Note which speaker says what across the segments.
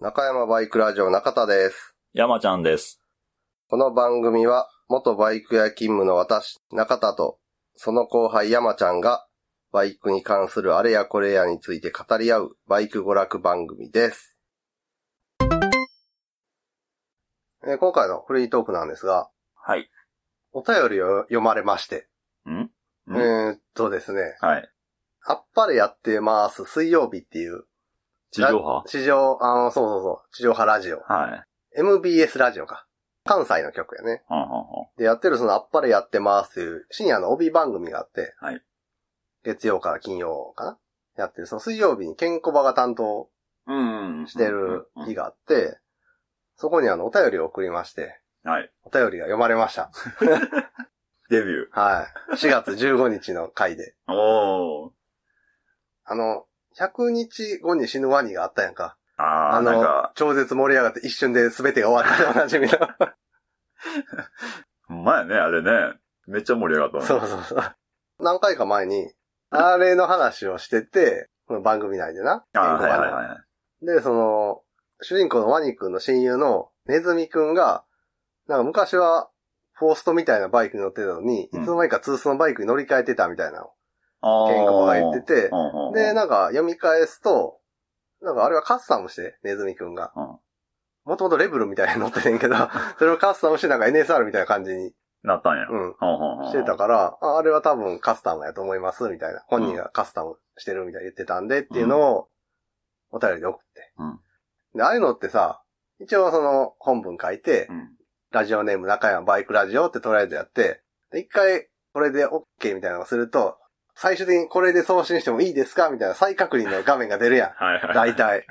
Speaker 1: 中山バイクラジオ中田です。
Speaker 2: 山ちゃんです。
Speaker 1: この番組は、元バイク屋勤務の私、中田と、その後輩山ちゃんが、バイクに関するあれやこれやについて語り合う、バイク娯楽番組です。えー今回のフリートークなんですが、
Speaker 2: はい。
Speaker 1: お便りを読まれまして、
Speaker 2: ん
Speaker 1: え
Speaker 2: うん
Speaker 1: ーっとですね、
Speaker 2: はい。
Speaker 1: あっぱれやってます、水曜日っていう、
Speaker 2: 地上波
Speaker 1: 地上、あの、そうそうそう、地上波ラジオ。
Speaker 2: はい。
Speaker 1: MBS ラジオか。関西の曲やね。
Speaker 2: はんはんはん
Speaker 1: で、やってるその、あっぱれやってますという、深夜の帯番組があって、
Speaker 2: はい
Speaker 1: 月曜から金曜かなやってる、その水曜日にケンコバが担当
Speaker 2: うん。
Speaker 1: してる
Speaker 2: うん
Speaker 1: 日があって、そこにあの、お便りを送りまして、
Speaker 2: はい。
Speaker 1: お便りが読まれました。
Speaker 2: デビュー。
Speaker 1: はい。4月15日の回で。
Speaker 2: おー。
Speaker 1: あの、100日後に死ぬワニがあったやんか。
Speaker 2: あ
Speaker 1: あ
Speaker 2: ー、なん
Speaker 1: の
Speaker 2: か、、
Speaker 1: 超絶盛り上がって一瞬で全てが終わるおなじ みの。
Speaker 2: ほんまやね、あれね。めっちゃ盛り上がった
Speaker 1: そ
Speaker 2: ね。
Speaker 1: うそうそう。何回か前に、あれの話をしてて、この番組内でな。
Speaker 2: あ
Speaker 1: ケン
Speaker 2: ー、
Speaker 1: コ
Speaker 2: はい
Speaker 1: バの
Speaker 2: はいはい。
Speaker 1: で、その、主人公のワニ君の親友のネズミ君が、なんか昔は、フォーストみたいなバイクに乗ってたのに、いつ
Speaker 2: うん
Speaker 1: の間にかツーストのバイクに乗り換えてたみたいなのを、
Speaker 2: あ
Speaker 1: ケンコバが言ってて
Speaker 2: うんうんうん
Speaker 1: で、なんか読み返すと、なんかあれはカスタムして、ネズミくんが。
Speaker 2: うん
Speaker 1: もともとレブルみたいに乗っててんけど、それをカスタムしてなんか NSR みたいな感じに、
Speaker 2: なったんや。
Speaker 1: うん、
Speaker 2: はんはんは
Speaker 1: し
Speaker 2: ん
Speaker 1: てたから、ああれは多分カスタムやと思います、みたいな。本人がカスタムしてるみたいに言ってたんで、っていうのを、お便りで送って。
Speaker 2: うん
Speaker 1: で、ああいうのってさ、一応その本文書いて、
Speaker 2: うん。
Speaker 1: ラジオネーム中山バイクラジオってとりあえずやって、で一回これで OK みたいなのをすると、最終的にこれで送信してもいいですかみたいな再確認の画面が出る やん。
Speaker 2: はいはい。
Speaker 1: 大体。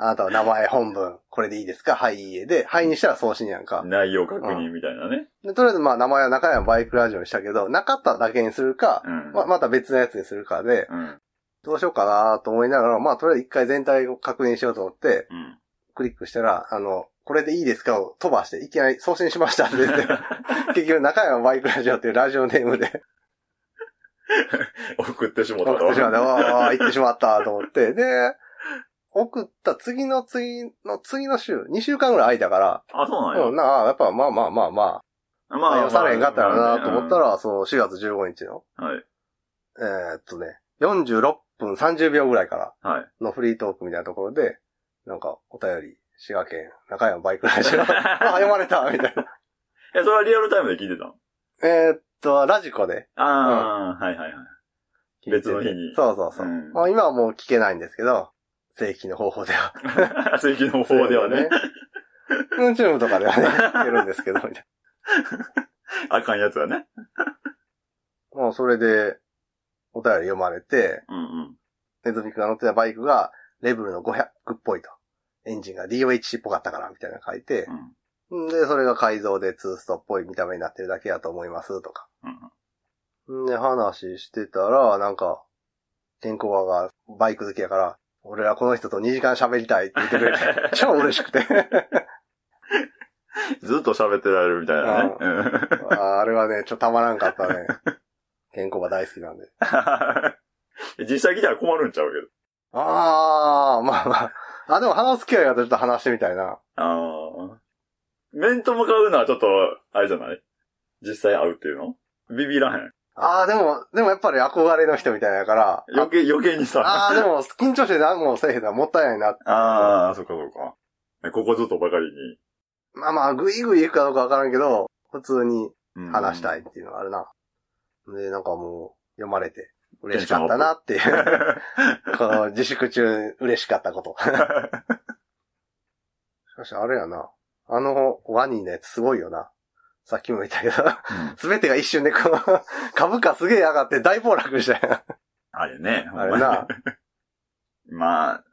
Speaker 1: あなたは名前本文、これでいいですかはい、いいえ。で、はいにしたら送信やんか。
Speaker 2: 内容確認みたいなね。
Speaker 1: で、とりあえずまあ名前は中山バイクラジオにしたけど、なかっただけにするか、
Speaker 2: うん。
Speaker 1: まあ、また別のやつにするかで、
Speaker 2: うん。
Speaker 1: どうしようかなと思いながら、まあとりあえず一回全体を確認しようと思って、
Speaker 2: うん。
Speaker 1: クリックしたら、あの、これでいいですかを飛ばして、いきなり送信しましたって言って、結局中山バイクラジオっていうラジオネームで
Speaker 2: 送ってしもた
Speaker 1: 送
Speaker 2: と
Speaker 1: ってしまって、おー、行ってしまったと思って、で、送った次の次の次の週、2週間ぐらい空いたから、
Speaker 2: あ、そうなんや
Speaker 1: うん、。なあ、やっぱまあまあまあま
Speaker 2: ま
Speaker 1: あ、採用されへんかったらなと思った。
Speaker 2: ま
Speaker 1: ら、その4月15日の、
Speaker 2: あうんはい。
Speaker 1: えーっとね、46分30秒ぐらいから
Speaker 2: はい。
Speaker 1: のフリートークみたいなところで、なんかお便り、滋賀県中山バイクラ ジオ、あ、読まれたみたいな。
Speaker 2: え、それはリアルタイムで聞いてたの
Speaker 1: えーっと、ラジコで
Speaker 2: ああ、はいはいは
Speaker 1: 聞いてて
Speaker 2: い。別の日に
Speaker 1: そうそうそう。
Speaker 2: うん
Speaker 1: まあ、今はもう聞けないんですけど、正規の方法では。
Speaker 2: 正規の方ではね。。
Speaker 1: YouTube とかではね、聞けるんですけど、みたい
Speaker 2: あかんやつはね。
Speaker 1: な。もうそれで、お便り読まれて、
Speaker 2: うんうん。
Speaker 1: ネズミ君が乗ってたバイクが、レブルの500っぽいと。エンジンが DOHC っぽかったから、みたいなの書いて、
Speaker 2: う
Speaker 1: ん
Speaker 2: ん
Speaker 1: で、それが改造でツーストっぽい見た目になってるだけやと思います、とか。んで、話してたら、なんか、健康バがバイク好きやから、俺はこの人と2時間喋りたいって言ってくれて、 超嬉しくて。
Speaker 2: ずっと喋ってられるみたいなね。うん
Speaker 1: あーあれはね、ちょっとたまらんかったね。健康バ大好きなんで。
Speaker 2: 実際来たら困るんちゃうけど。
Speaker 1: ああ、まあまあ。あ、でも話す機会があったらちょっと話してみたいな。
Speaker 2: ああ。面と向かうのはちょっと、あれじゃない実際会うっていうのビビらへん。
Speaker 1: ああ、でも、でもやっぱり憧れの人みたいやから。
Speaker 2: 余計、余計にさ。
Speaker 1: ああー、でも緊張して何もせえへんのはもったいないな。
Speaker 2: ああ、そっかそっか。えここぞとばかりに
Speaker 1: まあまあ、ぐいぐい行くかどうかわからんけど、普通に
Speaker 2: うん。
Speaker 1: 話したいっていうのがあるな。で、なんかもう、読まれて、嬉しかったなっていう。この自粛中、嬉しかった こと。しかし、あれやな。あの、ワニのやつすごいよな。さっきも言ったけど、すべてが一瞬でこの、株価すげえ上がって大暴落したや
Speaker 2: あれね。
Speaker 1: ん。あれな。
Speaker 2: まあ、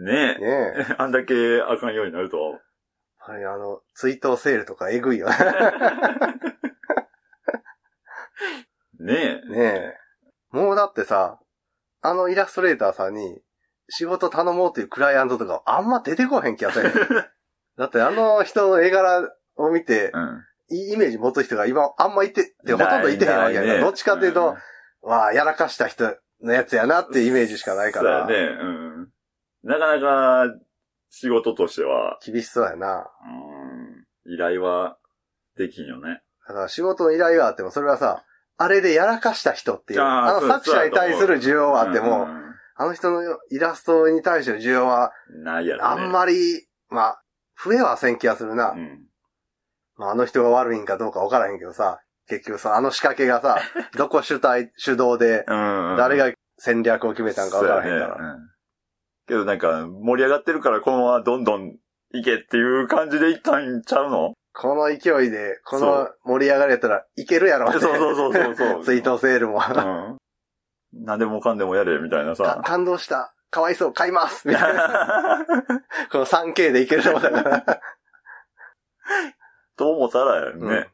Speaker 2: ね
Speaker 1: ねえ。
Speaker 2: え。あんだけあかんようになると。
Speaker 1: あれ、あの、追悼セールとかえぐいよね。
Speaker 2: ねえ。
Speaker 1: ねえ。もうだってさ、あのイラストレーターさんに、仕事頼もうというクライアントとかあんま出てこへん気が する。だってあの人の絵柄を見て、
Speaker 2: うん。
Speaker 1: いいイメージ持つ人が今あんまいて、ってほとんどいてへんわけやから、
Speaker 2: ないね
Speaker 1: どっちかっていうと、、わあ、やらかした人のやつやなっていうイメージしかないから。
Speaker 2: そうやね。うん。なかなか、仕事としては、
Speaker 1: 厳しそうやな。
Speaker 2: うーん、依頼はできんよね。
Speaker 1: だから仕事の依頼があっても、それはさ、あれでやらかした人っていう、
Speaker 2: あー
Speaker 1: あ
Speaker 2: そ
Speaker 1: の
Speaker 2: う
Speaker 1: 作者に対する需要はあって
Speaker 2: う
Speaker 1: も、
Speaker 2: ん
Speaker 1: あの人のイラストに対しての需要は、
Speaker 2: ないやろ、ね。
Speaker 1: あんまり、まあ、増えはせん気がするな。
Speaker 2: うん。
Speaker 1: まあ、あの人が悪いんかどうかわからへんけどさ、結局さ、あの仕掛けが さ、どこ主体、主導で、誰
Speaker 2: 誰
Speaker 1: が戦略を決めたんかわからへんから。
Speaker 2: けどなんか、盛り上がってるからこのままどんどん行けっていう感じで行ったんちゃ うの
Speaker 1: この勢いで、こ
Speaker 2: そ
Speaker 1: の盛り上がれたらいけるやろ
Speaker 2: そうそう
Speaker 1: う
Speaker 2: そうそうそ う。
Speaker 1: ツイートセールも。
Speaker 2: うん。何でもかんでもやれ、みたいな
Speaker 1: か
Speaker 2: さ。
Speaker 1: 感動した。かわいそう。買います。みたいな。この 3K でいけると思ったから。
Speaker 2: と思ったらね、
Speaker 1: うん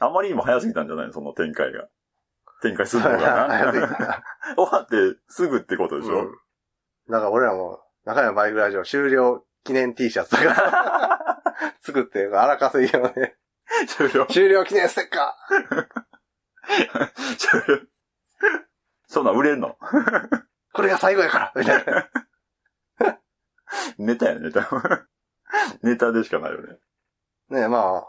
Speaker 2: あまりにも早すぎたんじゃないのその展開が。展開するのが
Speaker 1: 早すぎ
Speaker 2: な。
Speaker 1: た。
Speaker 2: 終わってすぐってことでしょ、
Speaker 1: うんだから俺らも、中山バイクラジオ終了記念 T シャツとか 作って、荒稼ぎをね、
Speaker 2: 終了。
Speaker 1: 終了記念ステッカ
Speaker 2: 終了。そんなん売れんの
Speaker 1: ーこれが最後やからみたいな。
Speaker 2: ネタやね、ネタ。ネタでしかないよね。
Speaker 1: ねまあ、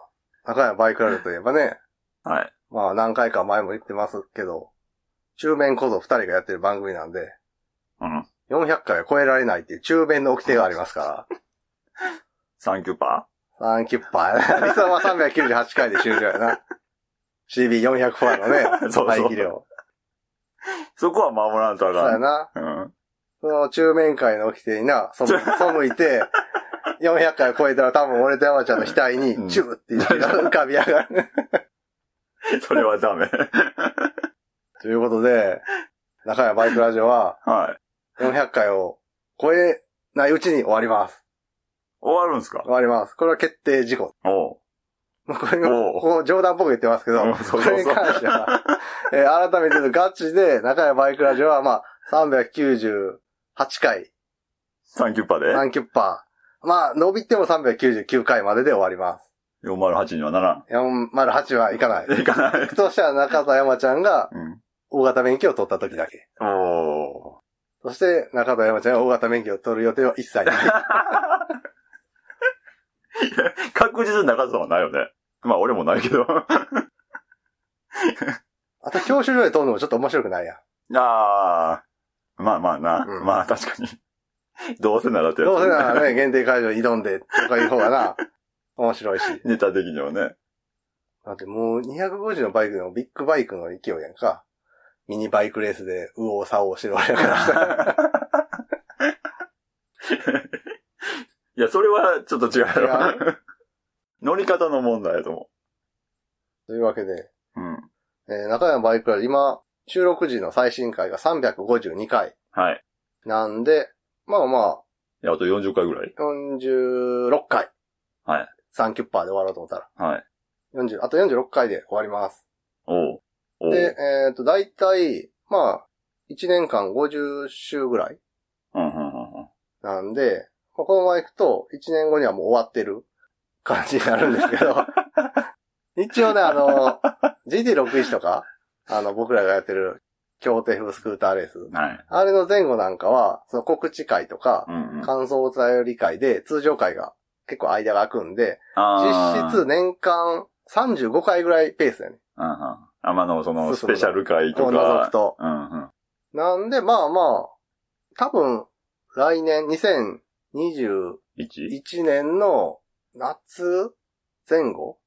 Speaker 1: 中山バイクラジオといえばね、
Speaker 2: はい。
Speaker 1: まあ何回か前も言ってますけど、中面小僧二人がやってる番組なんで、
Speaker 2: うん。
Speaker 1: 400回は超えられないっていう中面の掟がありますから。
Speaker 2: サンキューパ
Speaker 1: サンキュッパー。理想は398回で終了やな。CB400 フォアのね
Speaker 2: そう、そう
Speaker 1: 排気量。
Speaker 2: ーそこは守らんとあ
Speaker 1: そう
Speaker 2: か
Speaker 1: や
Speaker 2: ん。
Speaker 1: な。
Speaker 2: うん。
Speaker 1: その中面会の掟にな、 そむ、そむいて、400回超えたら多分俺と山ちゃんの額
Speaker 2: うん
Speaker 1: に、チューっていう血が浮かび上がる。
Speaker 2: それはダメ。
Speaker 1: ということで、中山バイクラジオは
Speaker 2: はい。
Speaker 1: 400回を超えないうちに終わります。
Speaker 2: 終わるんすか
Speaker 1: 終わります。これは決定事項。
Speaker 2: おう。
Speaker 1: もうこれ
Speaker 2: おう
Speaker 1: も、 ここ冗談っぽく言ってますけど、
Speaker 2: うん
Speaker 1: こ
Speaker 2: そうそうそう
Speaker 1: れに関しては、えー改めてガチで、中谷バイクラジオは、まあ、398回、
Speaker 2: サンキューパーで
Speaker 1: 何キュッパー。まあ、伸びても399回までで終わりま
Speaker 2: ?408 にはなら
Speaker 1: す。408はいかない。
Speaker 2: ん。いかない。
Speaker 1: そしたら中田山ちゃんが
Speaker 2: うん。
Speaker 1: 大型免許を取った時だけ。
Speaker 2: おー。
Speaker 1: そして、中田山ちゃんが大型免許を取る予定は一切ない。
Speaker 2: 確実に中田さんはないよね。まあ俺もないけど。
Speaker 1: あと、教習所で取るのもちょっと面白くないやん。
Speaker 2: ああ。まあまあな。
Speaker 1: うん
Speaker 2: まあ確かに。どうせならってやつ。
Speaker 1: どうせならね、限定会場に挑んでとかいう方がな、 面白いし。
Speaker 2: ネタ的には ね。
Speaker 1: だってもう250のバイクでもビッグバイクの勢いやんか。ミニバイクレースで右往左往してるわけやから さ
Speaker 2: いや、それはちょっと違う
Speaker 1: 違
Speaker 2: よ。乗り方の問題やと思
Speaker 1: というわけで、
Speaker 2: う。うん。
Speaker 1: えー中山バイクラジオ今、収録時の最新回が352回
Speaker 2: はい。
Speaker 1: なんで、まあま
Speaker 2: いや、あと40回ぐらい
Speaker 1: あ、46回。
Speaker 2: はい。
Speaker 1: 3キュッパーで終わろうと思ったら。
Speaker 2: はい。
Speaker 1: 40、あと46回で終わります。
Speaker 2: おう。おう。
Speaker 1: で、えっ、と、だいたい、まあ、1年間50週ぐらい
Speaker 2: うんうんうんうん。
Speaker 1: なんで、まあこのまま行くと、1年後にはもう終わってる感じになるんですけ ど、一応ね、あの、GT61 とか、あの、僕らがやってる、協定風スクーターレース。
Speaker 2: はい。
Speaker 1: あれの前後なんかは、その告知会とか
Speaker 2: う、んうん。
Speaker 1: 感想お便り会で、通常会が結構間が空くんで、
Speaker 2: あ
Speaker 1: 実
Speaker 2: ー
Speaker 1: 質年間35回ぐらいペースだよね。
Speaker 2: うんうん。あ、まあの、その、ス
Speaker 1: そうそう
Speaker 2: ペシャル会と
Speaker 1: こう覗
Speaker 2: か
Speaker 1: く。と。
Speaker 2: うんうん。
Speaker 1: なんで、まあまあ、多分、来年、2020、
Speaker 2: 1?
Speaker 1: 一年の夏前後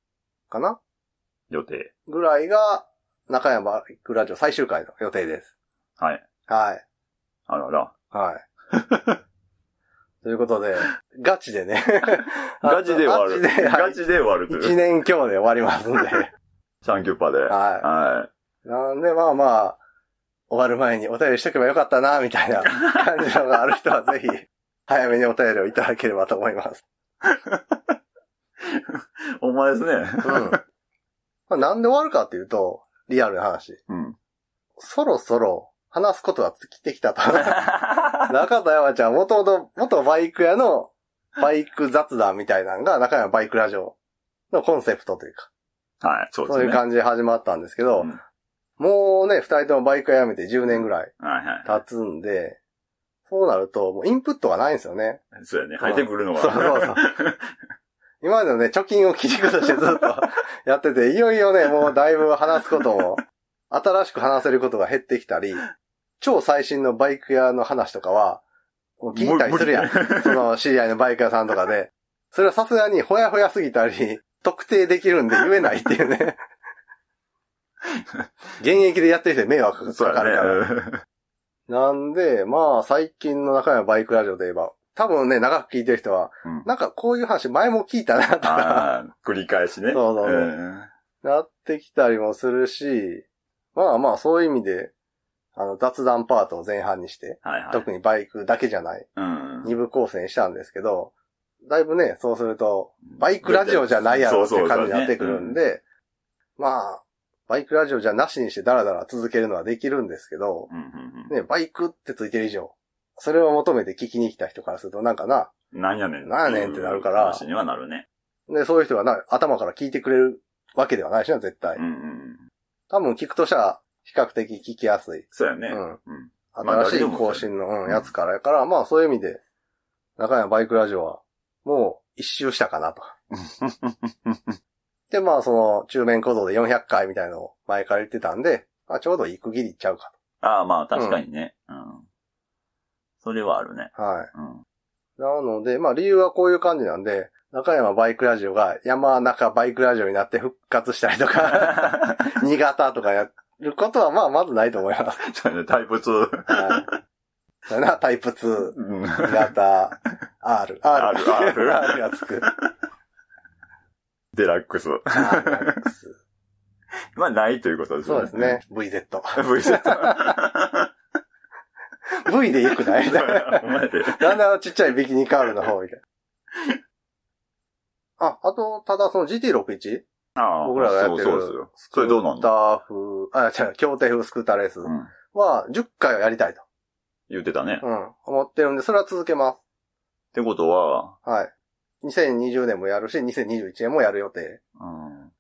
Speaker 1: かな
Speaker 2: 予定。
Speaker 1: ぐらいが、中山バイクラジオ最終回の予定です。
Speaker 2: はい。
Speaker 1: はい。
Speaker 2: あらら。
Speaker 1: はい。ということで、ガチでね。
Speaker 2: ガチで終わる。
Speaker 1: ガチで、は
Speaker 2: ガ
Speaker 1: い
Speaker 2: チで終わると
Speaker 1: 一
Speaker 2: いう。
Speaker 1: 年今日で終わりますんで。
Speaker 2: サンキュッパで。は。
Speaker 1: はいい。なんで、まあまあ、終わる前にお便りしとけばよかったな、みたい な感じのがある人はぜひ、早めにお便りをいただければと思います。
Speaker 2: お前ですね。
Speaker 1: うん。まあ、なんで終わるかっていうと、リアルな話。
Speaker 2: うん。
Speaker 1: そろそろ話すことが尽きてきた と。中田山ちゃん、元々、元バイク屋のバイク雑談みたいなのが中山バイクラジオのコンセプトというか、
Speaker 2: はい、そうで
Speaker 1: そう
Speaker 2: す
Speaker 1: い
Speaker 2: ね。
Speaker 1: う感じで始まったんですけど、
Speaker 2: うん
Speaker 1: もうね、二人ともバイク屋辞めて10年ぐらい
Speaker 2: はいはい。
Speaker 1: 経つんで、そうなると、もうインプットがないんですよね。
Speaker 2: そうやね。入ってくるのは。
Speaker 1: そうそうそう。 今までのね、貯金を基軸としてずっ とやってて、いよいよね、もうだいぶ話すことも、新しく話せることが減ってきたり、超最新のバイク屋の話とかは、もう聞いたりするやん。 その知り合いのバイク屋さんとかで。それはさすがにほやほやすぎたり、特定できるんで言えないっていう ね。現役でやってる人に迷惑か
Speaker 2: そう
Speaker 1: かるから。
Speaker 2: やね。
Speaker 1: なんで、まあ、最近の中山バイクラジオで言えば、多分ね、長く聞いてる人は、
Speaker 2: うん
Speaker 1: なんかこういう話前も聞いたなとか、
Speaker 2: ああ、繰り返しね。
Speaker 1: そうそうそうんなってきたりもするし、まあまあ、そういう意味で、あの、雑談パートを前半にして、
Speaker 2: はいはい。
Speaker 1: 特にバイクだけじゃない、
Speaker 2: うん。
Speaker 1: 二部構成にしたんですけど、だいぶね、そうすると、バイクラジオじゃないやろっていう感じになってくるん
Speaker 2: そうそうそうね。
Speaker 1: で、まあ、バイクラジオじゃなしにしてダラダラ続けるのはできるんですけど、
Speaker 2: うんうんうん
Speaker 1: ね、バイクってついてる以上、それを求めて聞きに来た人からするとなんかな、
Speaker 2: なんやねん。
Speaker 1: なんやねんってなるから
Speaker 2: 話にはなるね。
Speaker 1: ね、そういう人がな、頭から聞いてくれるわけではないしな、絶対
Speaker 2: うん。うん。
Speaker 1: 多分聞くとしたら、比較的聞きやすい。
Speaker 2: そうやね。
Speaker 1: うん
Speaker 2: うん。まあ
Speaker 1: 新しい更新の、うん、
Speaker 2: ね
Speaker 1: やつからやから、まあそういう意味で、中山バイクラジオは、もう一周したかな と。で、まあその、中面小僧で400回みたいのを前から言ってたんで、まあちょうどいい区切りちゃうか
Speaker 2: ああ、まあ確かにね。うん。それはあるね。
Speaker 1: と。はい。
Speaker 2: うん。
Speaker 1: なので、まあ理由はこういう感じなんで、中山バイクラジオが山中バイクラジオになって復活したりと か、新潟とかやることはまあまずないと思います。
Speaker 2: そうやね、タイプ2。
Speaker 1: はい。それな、タイプ2、
Speaker 2: うん。
Speaker 1: 新潟、R、R、
Speaker 2: R R
Speaker 1: R がつく。
Speaker 2: デラックス。まあないということですね。
Speaker 1: そうですね。VZ。
Speaker 2: VZ。
Speaker 1: V でよくないみたいな。
Speaker 2: お前で。
Speaker 1: だんだんちっちゃいビキニカールの方みたいな。あ、あと、ただその GT61?
Speaker 2: ああ、
Speaker 1: 僕らがやってる
Speaker 2: そうそうですよ。それどうなん
Speaker 1: スク
Speaker 2: だ
Speaker 1: ーター風、あ、違う、協定風スクーターレース
Speaker 2: うん。
Speaker 1: は10回はやりたいと。
Speaker 2: 言ってたね。っ
Speaker 1: うん。思ってるんで、それは続けま
Speaker 2: てことは、
Speaker 1: す。はい。2020年もやるし、2021年もやる予定。
Speaker 2: うん。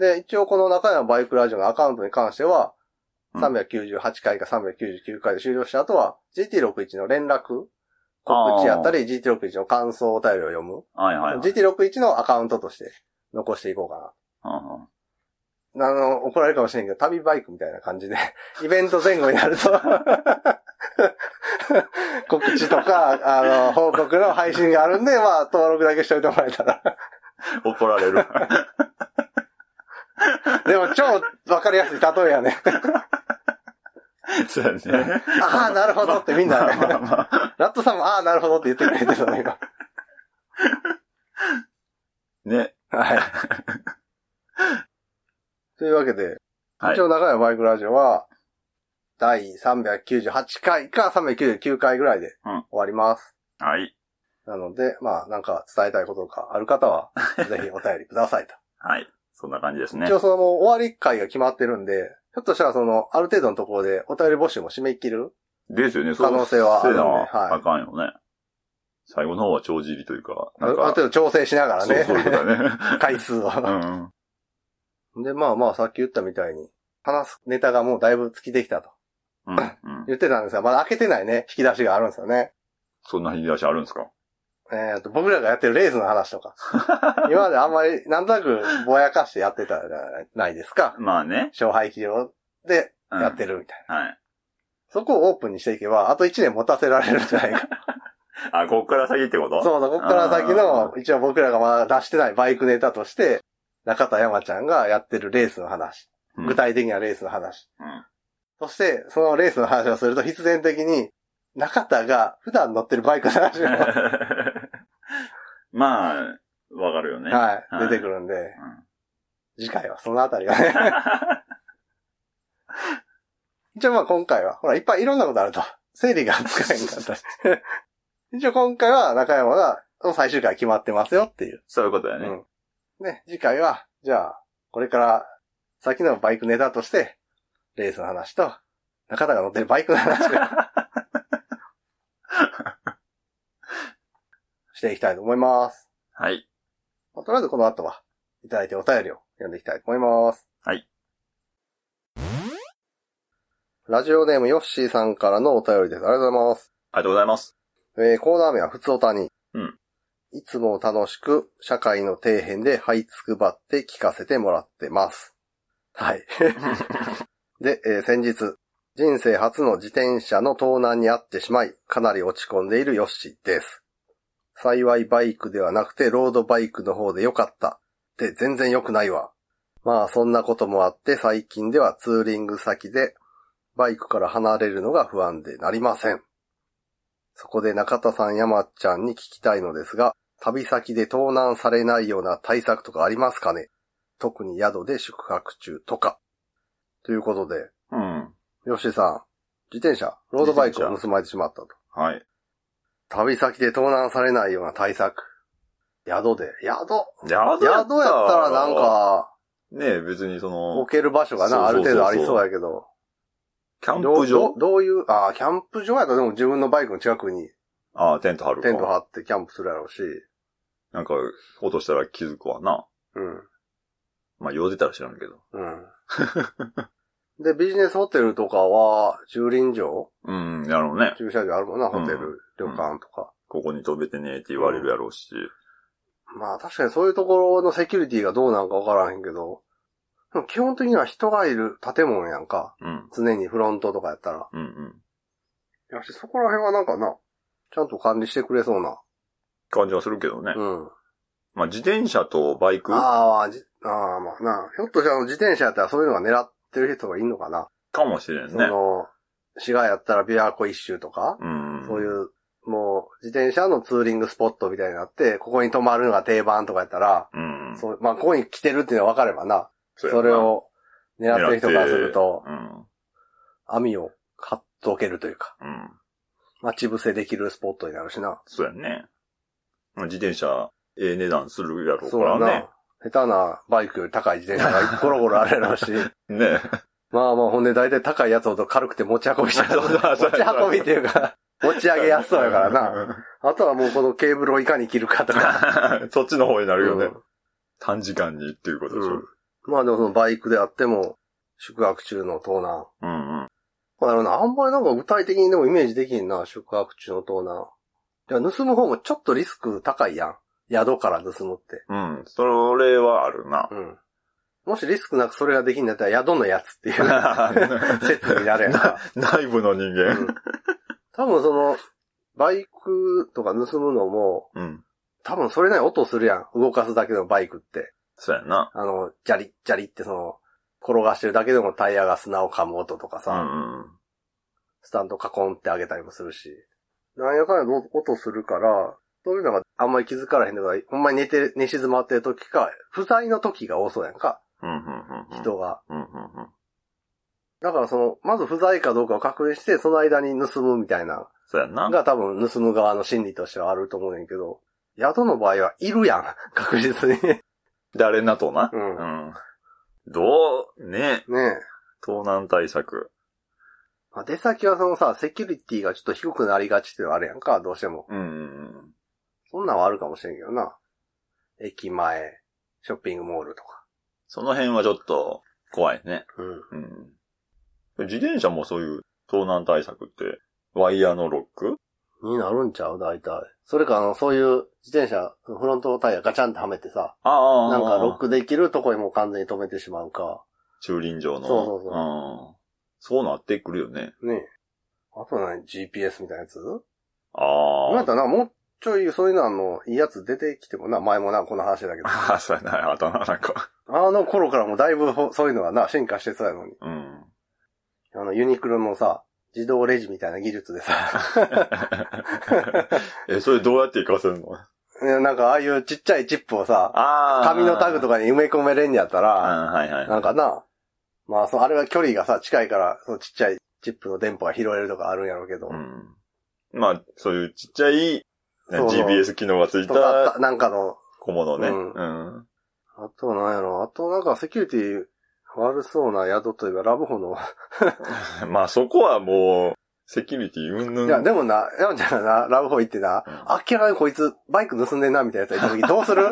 Speaker 1: で、一応この中山バイクラジオのアカウントに関しては、
Speaker 2: うん
Speaker 1: 398回か399回で終了した後は、GT61 の連絡、告知やったり、GT61 の感想お便りを読む。
Speaker 2: はいはいはい。
Speaker 1: GT61 のアカウントとして残していこうか
Speaker 2: うんうん
Speaker 1: な。あの、怒られるかもしれんけど、旅バイクみたいな感じで、 イベント前後になると、告知とか、あの、報告の配信があるんで、まあ、登録だけしておいてもらえたら。
Speaker 2: 怒られる。
Speaker 1: でも、超わかりやすい例えや ね。
Speaker 2: そうやね。
Speaker 1: ああ、なるほどってみんな、
Speaker 2: まあまあまあ。
Speaker 1: ラットさんも、ああ、なるほどって言ってくれてたの、 今。
Speaker 2: ね。
Speaker 1: はい。というわけで、
Speaker 2: はい
Speaker 1: 一応中山バイクラジオは、第398回か399回ぐらいで
Speaker 2: うん
Speaker 1: 終わります。
Speaker 2: はい。
Speaker 1: なので、まあ、なんか伝えたいこととかある方 は、ぜひお便りくださいと。
Speaker 2: はい。そんな感じですね
Speaker 1: 一。応そのもう終わり回が決まってるんで、ひょっとしたらその、ある程度のところでお便り募集も締め切る
Speaker 2: ですよね、
Speaker 1: 可能性はあるんで
Speaker 2: そうせな
Speaker 1: はい
Speaker 2: あかんよね。最後の方は帳尻というか、
Speaker 1: あ
Speaker 2: な
Speaker 1: る
Speaker 2: んか、
Speaker 1: 程度調整しながらね、
Speaker 2: そうそういうことだ ね。
Speaker 1: 回数を。
Speaker 2: うんうん。
Speaker 1: で、まあまあ、さっき言ったみたいに、話すネタがもうだいぶ尽きてきたと。
Speaker 2: うんうん。
Speaker 1: 言ってたんですが、まだ開けてないね、引き出しがあるんですよね。
Speaker 2: そんな引き出しあるんですか
Speaker 1: えっ、と、僕らがやってるレースの話 とか。今まであんまり、なんとなくぼやかしてやってたじゃないですか。
Speaker 2: まあね。
Speaker 1: 勝敗企業で
Speaker 2: うん
Speaker 1: やってるみたいな。
Speaker 2: はい。
Speaker 1: そこをオープンにしていけば、あと1年持たせられるんじゃない か。
Speaker 2: あ、こっから先ってこと
Speaker 1: そうそう、こっから先
Speaker 2: あ
Speaker 1: の、一応僕らがまだ出してないバイクネタとして、中田山ちゃんがやってるレースの話。
Speaker 2: うん
Speaker 1: 具体的なレースの話。
Speaker 2: うん
Speaker 1: そして、そのレースの話をすると必然的に、中田が普段乗ってるバイクの話を、は
Speaker 2: まあ、わかるよね。
Speaker 1: い、出てくるんで。
Speaker 2: うん
Speaker 1: 次回はそのあたりが ね。一応まあ今回は、ほら、いっぱいいろんなことあると。整理がつかへんかったし。一応今回は中山が、最終回決まってますよっていう。
Speaker 2: そういうことだよね。
Speaker 1: うん。ね、次回は、じゃあ、これから、先のバイクネタとして、レースの話と、中田が乗ってるバイクの話をしていきたいと思います。
Speaker 2: はい。
Speaker 1: まあとりあえずこの後は、いただいてお便りを読んでいきたいと思います。
Speaker 2: はい。
Speaker 1: ラジオネームヨッシーさんからのお便りです。ありがとうございます。
Speaker 2: ありがとうございます。
Speaker 1: えーコーナー名は普通おたに。
Speaker 2: うん。
Speaker 1: いつも楽しく、社会の底辺で這いつくばって聞かせてもらってます。 はい。で、えー先日、人生初の自転車の盗難に遭ってしまい、かなり落ち込んでいるヨッシーです。幸いバイクではなくてロードバイクの方でよかった。って全然良くないわ。まあそんなこともあって最近ではツーリング先でバイクから離れるのが不安でなりません。そこで中田さん山ちゃんに聞きたいのですが、旅先で盗難されないような対策とかありますかね特に宿で宿泊中とか。ということで、
Speaker 2: うん。
Speaker 1: 吉井さん、自転車、ロードバイクを盗まれてしまったと。
Speaker 2: はい。
Speaker 1: 旅先で盗難されないような対策。宿で、宿宿やった
Speaker 2: 宿や
Speaker 1: らなん。か、
Speaker 2: ねえ、別にその
Speaker 1: 置、ける場所がな、ある程度ありそうやけど。
Speaker 2: キャン
Speaker 1: ど
Speaker 2: プ
Speaker 1: うど
Speaker 2: 場
Speaker 1: うどういう、ああ、キャンプ場やったらでも自分のバイクの近くに
Speaker 2: ああ、テント張るか。
Speaker 1: テント張ってキャンプするやろうし。
Speaker 2: なんか、落としたら気づくわな。
Speaker 1: うん。
Speaker 2: まあ、用出たら知らんけど。
Speaker 1: うん。で、ビジネスホテルとかは、駐輪場
Speaker 2: うん、やろうね。
Speaker 1: 駐車場あるもんな、ホテ
Speaker 2: うん
Speaker 1: ル、旅館とか。
Speaker 2: ここに飛べてねえって言われるやろうし。
Speaker 1: まあ確かにそういうところのセキュリティがどうなんかわからへんけど、でも基本的には人がいる建物やんか。
Speaker 2: うん。
Speaker 1: 常にフロントとかやったら。
Speaker 2: うんうん。
Speaker 1: やし、そこら辺はなんかな、ちゃんと管理してくれそうな。
Speaker 2: 感じはするけどね。
Speaker 1: うん。
Speaker 2: まあ、自転車とバイクか
Speaker 1: ああ、じ、ああ、まあな、ひょっとしたら自転車やったらそういうのが狙ってる人がいんのかな。
Speaker 2: もしれん
Speaker 1: そ
Speaker 2: ね。
Speaker 1: の、滋賀やったら琵琶湖一周とか、
Speaker 2: うん。
Speaker 1: そうい。う、もう、自転車のツーリングスポットみたいになって、ここに泊まるのが定番とかやったら、
Speaker 2: うん。
Speaker 1: そう、まあ、ここに来てるっていうのは分かればな、
Speaker 2: そ
Speaker 1: それを狙ってる人からすると、
Speaker 2: うん。
Speaker 1: 網を買っとけるというか、
Speaker 2: うん。
Speaker 1: 待ち伏せできるスポットになるしな。
Speaker 2: そうやね。まあ自転車、ええ値段するやろうか
Speaker 1: そうや
Speaker 2: らね
Speaker 1: な。。下手なバイクより高い自転車がゴロゴロあれ るし。
Speaker 2: ね
Speaker 1: まあまあ、ほんで大体高いやつほど軽くて持ち運びしちゃう。
Speaker 2: そうそう そう
Speaker 1: 持ち運びっていうか、持ち上げやすそうやからな。あとはもうこのケーブルをいかに切るかとか。
Speaker 2: な。 そっちの方になるよね。
Speaker 1: うん
Speaker 2: 短時間にっていうことでしょ。
Speaker 1: まあでもそのバイクであっても、宿泊中の盗難。
Speaker 2: うんうん。
Speaker 1: まあ、あのなあんまりなんか具体的にでもイメージできんな、宿泊中の盗難。いや、盗む方もちょっとリスク高いやん。宿から盗むって。
Speaker 2: うん。それはあるな
Speaker 1: う。ん。もしリスクなくそれができんだったら宿のやつ っていう説
Speaker 2: 説
Speaker 1: になるやんか。
Speaker 2: 内部の人
Speaker 1: う
Speaker 2: 間。
Speaker 1: ん多分その、バイクとか盗むのも、
Speaker 2: うん。
Speaker 1: 多分それなりに音するやん。動かすだけのバイクって。
Speaker 2: そうやな。
Speaker 1: あの、ジャリッジャリってその、転がしてるだけでもタイヤが砂を噛む音とか
Speaker 2: う
Speaker 1: さ、
Speaker 2: んうん。
Speaker 1: スタンドカコンって上げたりもするし。なんやかんや音するから、そういうのがあんまり気づからへんのが、ほんまに寝て、寝静まってる時か、不在の時が多そうやんか、
Speaker 2: うんうんうんうん。
Speaker 1: 人が。
Speaker 2: うんうんうん。
Speaker 1: だからその、まず不在かどうかを確認して、その間に盗むみたいな
Speaker 2: そうやな。
Speaker 1: が多分盗む側の心理としてはあると思うねんけど、宿の場合はいるやん、 確実に。ね
Speaker 2: 誰なとな。
Speaker 1: うん
Speaker 2: うん。どう、ね
Speaker 1: え。
Speaker 2: 盗難対策。
Speaker 1: まあ、出先はそのさ、セキュリティがちょっと低くなりがちっていうのはあるやんか、どうしても。
Speaker 2: うんうん
Speaker 1: そんなんはあるかもしれんけどな。駅前、ショッピングモールとか。
Speaker 2: その辺はちょっと怖いね。
Speaker 1: うん。
Speaker 2: うん。自転車もそういう盗難対策って、ワイヤーのロック
Speaker 1: になるんちゃう大体。それか、あの、そういう自転車、フロントタイヤガチャンってはめてさ、
Speaker 2: ああ
Speaker 1: なんかロッ。クできるとこにもう完全に止めてしまうか。
Speaker 2: 駐輪場の。
Speaker 1: そうそうそう
Speaker 2: うん。そうなってくるよね。
Speaker 1: ねえ。あとは何 ?GPS みたいなやつ今や
Speaker 2: あ
Speaker 1: ったらな、もうちょい、そういうのあの、いいやつ出てきてもな、前もな、この話だけど。
Speaker 2: あ。あそうやな。あたな、なんか。
Speaker 1: あの頃からもうだいぶほそういうのがな、進化してそうやのに。
Speaker 2: うん。
Speaker 1: あの、ユニクロのさ、自動レジみたいな技術でさ、
Speaker 2: え、それどうやって活かせるの
Speaker 1: なんかああいうちっちゃいチップをさ、
Speaker 2: あ
Speaker 1: 紙のタグと
Speaker 2: か。
Speaker 1: かに埋め込めれんやった
Speaker 2: うん、
Speaker 1: ら、
Speaker 2: はいは い。
Speaker 1: なんかな、まあ、そう、あれは距離がさ、近いから、そのちっちゃいチップの電波が拾えるとかあるんやろうけど、
Speaker 2: うん。まあ、そういうちっちゃい、ね
Speaker 1: そうそう
Speaker 2: GBS 機能がつい
Speaker 1: とか
Speaker 2: た
Speaker 1: た、なんかの、
Speaker 2: 小物ね。
Speaker 1: う
Speaker 2: うんん。
Speaker 1: あとなんやろ、あとなんかセキュリティ悪そうな宿といえばラブホの、
Speaker 2: まあ、そこはもう、セキュリティうんぬん。
Speaker 1: いや、でもな、山ちゃんがな、ラブホ行ってな、
Speaker 2: うん
Speaker 1: 明らかにこいつ、バイク盗んでんな、みたいなやつが いた時、どうする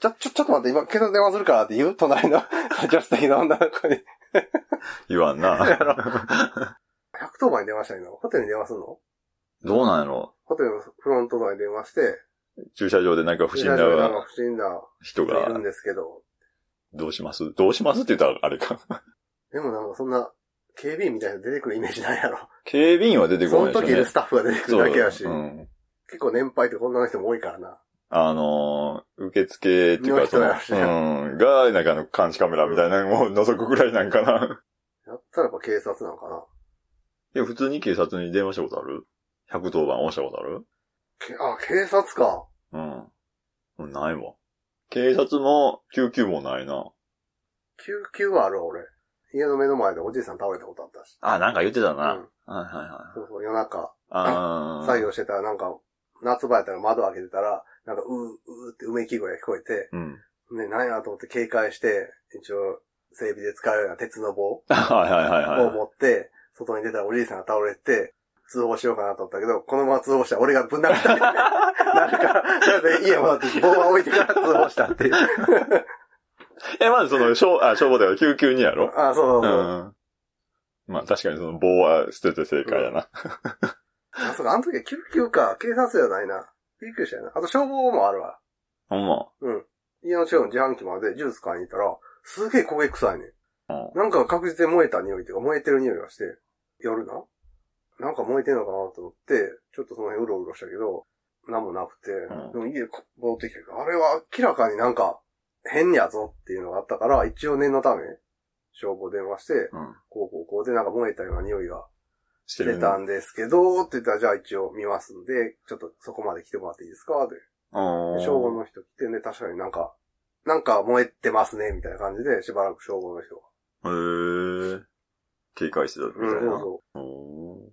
Speaker 1: ちょ、ちょ、ちょっと待って、今、警察電話するからって言う隣の、 助手席の女の子に。
Speaker 2: 言わんな。
Speaker 1: 110番に電話したいのホテルに電話すんの
Speaker 2: どうなんやろ
Speaker 1: ホテルのフロントとかに電話して、
Speaker 2: 駐車場でなんか不審
Speaker 1: いやなん
Speaker 2: な
Speaker 1: か不審な
Speaker 2: 人
Speaker 1: 人いる
Speaker 2: が
Speaker 1: ん、ですけど、
Speaker 2: どうしますどうしますって言ったらあれか。
Speaker 1: でもなんかそんな、警備員みたいなの出てくるイメージないやろ。
Speaker 2: 警備員は出て
Speaker 1: そ
Speaker 2: こな
Speaker 1: の
Speaker 2: いで
Speaker 1: 時いる
Speaker 2: しょうね
Speaker 1: ス。タッフが出てくるだけやし、
Speaker 2: うん。
Speaker 1: 結構年配ってこんな人も多いからな。
Speaker 2: あのー、受付っていう
Speaker 1: の
Speaker 2: か、そ
Speaker 1: 人
Speaker 2: の、
Speaker 1: やしね
Speaker 2: うん、が、なんかあの監視カメラみたいなのを覗くぐらいなんかな。
Speaker 1: やったらやっぱ警察なのかな。
Speaker 2: いや、普通に警察に電話したことある ?110 番押したことある
Speaker 1: けあ、警察か。
Speaker 2: うん。うんないわ。警察も救急もないな。
Speaker 1: 救急はあるわ俺。家の目の前でおじいさん倒れたことあったし。
Speaker 2: あ、なんか言ってたな。
Speaker 1: うん
Speaker 2: はいはいはい。
Speaker 1: そうそう、夜中、
Speaker 2: ああ。
Speaker 1: 作業してたらなんか、夏場やったら窓開けてたら、なんか、うー、うーってうめき声が聞こえて、
Speaker 2: うん。
Speaker 1: ね、なんやと思って警戒して、一応、整備で使うような鉄の棒を
Speaker 2: はいはいはいはい。
Speaker 1: 持って、外に出たらおじいさんが倒れて、通報しようかなと思ったけど、このまま通報したら俺がぶん殴 ったみたいになるから、なので家戻って棒は置いてから通報したっていう。
Speaker 2: え、まずその、消、あ、消防だから救急にやろ
Speaker 1: あ、そうそう
Speaker 2: う
Speaker 1: そう。
Speaker 2: ん。まあ確かにその棒は捨てて正解やな。
Speaker 1: あ、そうか、あの時は救急か、警察じゃないな。救急車やな。あと消防もあるわ。
Speaker 2: ほんま。
Speaker 1: 家の近くの自販機までジュース買いに行ったら、すげえ焦げ臭いねん。
Speaker 2: うん
Speaker 1: なんか確実に燃えた匂いというか、燃えてる匂いがして、夜な。なんか燃えてんのかなと思って、ちょっとその辺うろうろしたけど、なんもなくて、
Speaker 2: うん
Speaker 1: でも家戻ってきて、あれは明らかになんか変やぞっていうのがあったから、一応念のため、消防電話して、
Speaker 2: うん。
Speaker 1: こうこうこうでなんか燃えたような匂いが
Speaker 2: して
Speaker 1: 出
Speaker 2: る
Speaker 1: たんですけど、って言ったら、じゃあ一応見ますんで、ちょっとそこまで来てもらっていいですかって
Speaker 2: うん。
Speaker 1: 消防の人来てね、確かになんか、なんか燃えてますね、みたいな感じで、しばらく消防の人が。
Speaker 2: へえ。警戒してたみたい
Speaker 1: うん、そう
Speaker 2: な。
Speaker 1: そう。
Speaker 2: おー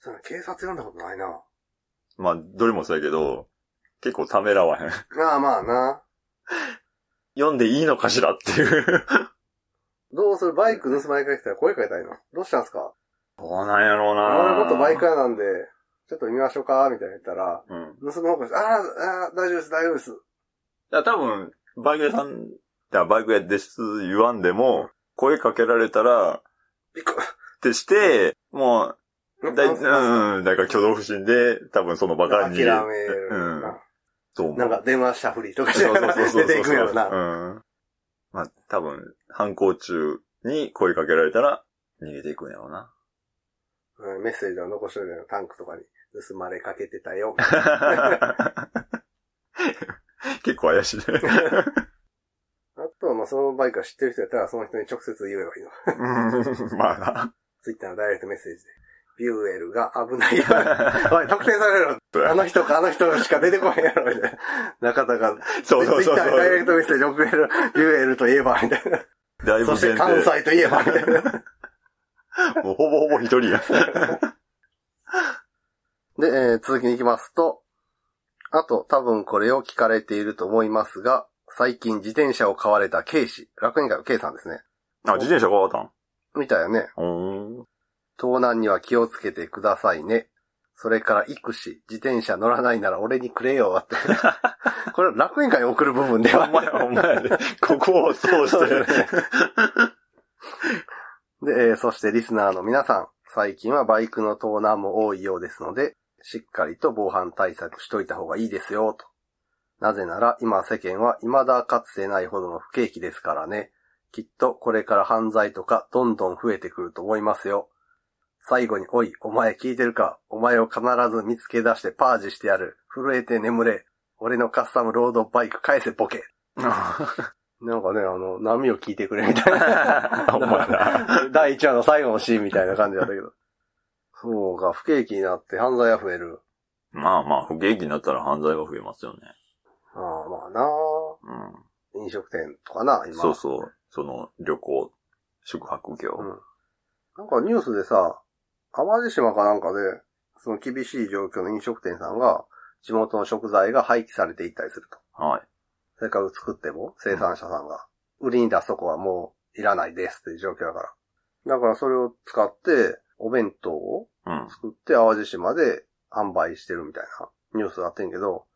Speaker 1: それ警察呼んだことないな。
Speaker 2: まあ、どれもそうやけど、結構ためらわへん。
Speaker 1: まあまあな。
Speaker 2: 読んでいいのかしらっていう。
Speaker 1: どうするバイク盗まれかけたら声かけたいの。どうしたんすか
Speaker 2: どうなんやろうな
Speaker 1: 俺もっとバイク屋なんで、ちょっと見ましょうかみたいな言ったら、
Speaker 2: うん。
Speaker 1: 盗む方向して、あーあー、大丈夫です、大丈夫です。
Speaker 2: だから多分、バイク屋さん、だからバイク屋です言わんでも、声かけられたら、っ
Speaker 1: びっく
Speaker 2: てして、も
Speaker 1: り。
Speaker 2: う、だい、
Speaker 1: なんすか
Speaker 2: うん、だから挙動不審で、多分その場から逃
Speaker 1: 諦
Speaker 2: げ
Speaker 1: める
Speaker 2: る。うん
Speaker 1: な。
Speaker 2: と思う。
Speaker 1: なんか電話したふりとかし
Speaker 2: そ
Speaker 1: な
Speaker 2: う
Speaker 1: が
Speaker 2: そうそう
Speaker 1: ら
Speaker 2: そう、
Speaker 1: 出ていくんやろな。
Speaker 2: うん。まあ、多分、犯行中に声かけられたら、逃げていくんやろうな。
Speaker 1: うんメッセージを残しといてタンクとかに盗まれかけてたよ。
Speaker 2: 結構怪しいね。
Speaker 1: あとは、まあ、そのバイクが知ってる人やったら、その人に直接言えばいいの。
Speaker 2: うんま あな。
Speaker 1: ツイッターのダイレクトメッセージで。ビューエルが危ないよ。 おい、特定されるあの人かあの人しか出てこへんやろ、みたいな。中田が、
Speaker 2: そうそう
Speaker 1: ツイ
Speaker 2: そ
Speaker 1: ッ
Speaker 2: う
Speaker 1: タ
Speaker 2: そ
Speaker 1: ーのダイレ
Speaker 2: う。
Speaker 1: クトメッセージ送れる、ビューエルといえば、みたい
Speaker 2: だい
Speaker 1: な。
Speaker 2: ぶ
Speaker 1: そして
Speaker 2: 前
Speaker 1: 関
Speaker 2: 提。
Speaker 1: 西といえば、みたいな。
Speaker 2: もうほぼほぼ一人や。
Speaker 1: で、えー続きに行きますと、あと、多分これを聞かれていると思いますが、最近自転車を買われた K 氏、楽園会の K さんですね。
Speaker 2: あ、自転車変わったん
Speaker 1: みたいよね。
Speaker 2: おー
Speaker 1: 盗難には気をつけてくださいね。それから、育児、自転車乗らないなら俺にくれよって。これ楽園会に送る部分で
Speaker 2: ほ
Speaker 1: は。
Speaker 2: んまや、ほんまやで。ここを通し
Speaker 1: そうだ
Speaker 2: て。
Speaker 1: ねで、えーそしてリスナーの皆さん、最近はバイクの盗難も多いようですので、しっかりと防犯対策しといた方がいいですよ、と。なぜなら、今世間は未だかつてないほどの不景気ですからね。きっとこれから犯罪とかどんどん増えてくると思いますよ。最後に、おい、お前聞いてるかお前を必ず見つけ出してパージしてやる。震えて眠れ。俺のカスタムロードバイク返せボケ。なんかね、あの、波を聞いてくれみたい
Speaker 2: 。
Speaker 1: な
Speaker 2: お前ら
Speaker 1: 第1話の最後のシーンみたいな感じだったけど。そうか、不景気になって犯罪が増える。
Speaker 2: まあまあ、不景気になったら犯罪は増えますよね。
Speaker 1: ああ、まあな
Speaker 2: う
Speaker 1: 飲食店とかな、
Speaker 2: ん。
Speaker 1: 今。
Speaker 2: そうそう。その、旅行、宿泊業。
Speaker 1: うんなんかニュースでさ、淡路島かなんかで、その厳しい状況の飲食店さんが、地元の食材が廃棄されていったりすると。
Speaker 2: はい。
Speaker 1: それから作っても、生産者さんが、売りに出すとこはもういらないですっていう状況だから。だからそれを使って、お弁当を
Speaker 2: うん。
Speaker 1: 作って淡路島で販売してるみたいなニュースがあってんけど、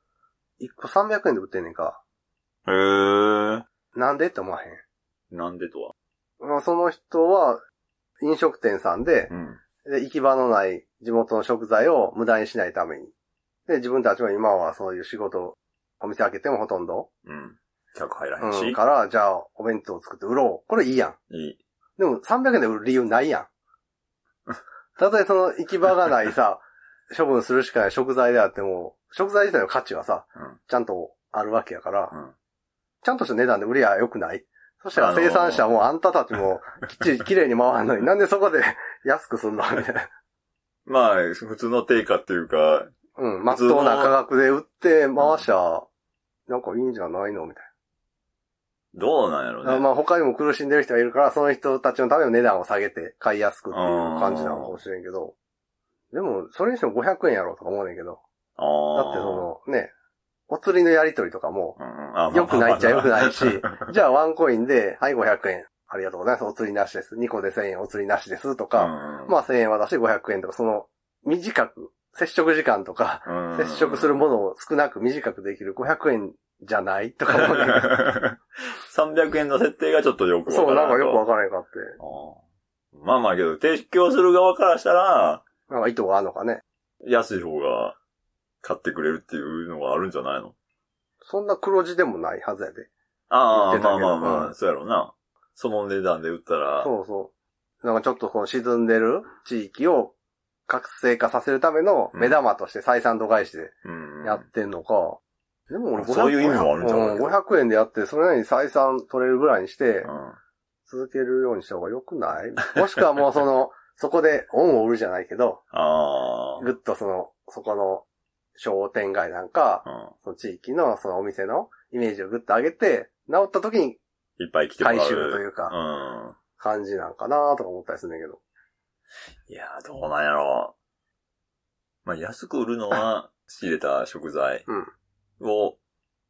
Speaker 1: 1個300円で売ってんねんか。
Speaker 2: へえ。
Speaker 1: なんでって思わへん。
Speaker 2: なんでとは。
Speaker 1: まあ、その人は飲食店さんで
Speaker 2: うん。
Speaker 1: で、行き場のない地元の食材を無駄にしないために。で、自分たちは今はそういう仕事、お店開けてもほとんど。
Speaker 2: うん。客入らへんし。
Speaker 1: うん。から、じゃあ、お弁当作って売ろう。これいいやん。
Speaker 2: いい。
Speaker 1: でも、300円で売る理由ないやん。 たとえその行き場がない さ、処分するしかない食材であっても、食材自体の価値はさ、
Speaker 2: うん
Speaker 1: ちゃんとあるわけやから、
Speaker 2: うん
Speaker 1: ちゃんとした値段で売りゃ良くないそした
Speaker 2: あ
Speaker 1: ら
Speaker 2: のー
Speaker 1: 生産者もあんたたちもきっちり 綺麗に回るのに、なんでそこで安くすんのみたいな。
Speaker 2: まあ、普通の定価っていうか、
Speaker 1: うん、まっとうな価格で売って回しゃ、なんかいいんじゃないのみたい
Speaker 2: どうなんやろ
Speaker 1: な。
Speaker 2: ね。
Speaker 1: まあ他にも苦しんでる人がいるから、その人たちのための値段を下げて買いやすくっていう感じなのかもしれんけど。でも、それにしても500円やろうとか思うねんけど。
Speaker 2: あー
Speaker 1: だってその、ね、お釣りのやりとりとかも、
Speaker 2: うんあまあ
Speaker 1: 良くないっちゃ
Speaker 2: ま
Speaker 1: 良
Speaker 2: あ
Speaker 1: く
Speaker 2: まあ
Speaker 1: ないし、 じゃあワンコインで、はい500円、ありがとうございます、お釣りなしです。2個で1000円、お釣りなしです、とか、まあ1000円渡して500円とか、その、短く、接触時間とか、
Speaker 2: あ
Speaker 1: 接触するものを少なく短くできる500円じゃないとか思うねんけど
Speaker 2: 300円の設定がちょっと よくわから
Speaker 1: そう、なんかよくわ
Speaker 2: か
Speaker 1: からへんかって。
Speaker 2: まあまあけど、提供する側からしたら、
Speaker 1: なんか意図があるのかね。
Speaker 2: 安い方が買ってくれるっていうのがあるんじゃないの
Speaker 1: そんな黒字でもないはずやで。
Speaker 2: ああ、
Speaker 1: 言って
Speaker 2: ま
Speaker 1: た
Speaker 2: あ
Speaker 1: け
Speaker 2: ま
Speaker 1: ど
Speaker 2: あま
Speaker 1: う
Speaker 2: あ、
Speaker 1: ん
Speaker 2: そうやろうな。その値段で売ったら、
Speaker 1: そうそう。なんかちょっとこの沈んでる地域を活性化させるための目玉として採算度外視で
Speaker 2: うん
Speaker 1: やってんのか。でも俺500円。
Speaker 2: そういう意味もあるんじゃない
Speaker 1: うん ?500 円でやって、それなりに採算取れるぐらいにして
Speaker 2: う、ん
Speaker 1: 続けるようにした方が良くないもしくはもうその、 そこで恩を売るじゃないけど、
Speaker 2: あ
Speaker 1: ぐっとその、そこの商店街なんか、
Speaker 2: あ、う
Speaker 1: その地域のそのお店のイメージをぐっと上げて、治った時に
Speaker 2: ん。いっぱい来てもらう。
Speaker 1: 回収というか、
Speaker 2: うん。
Speaker 1: 感じなんかなとか思ったりするんだけど。
Speaker 2: いやー、どうなんやろう。まあ、安く売るのは、仕入れた食材を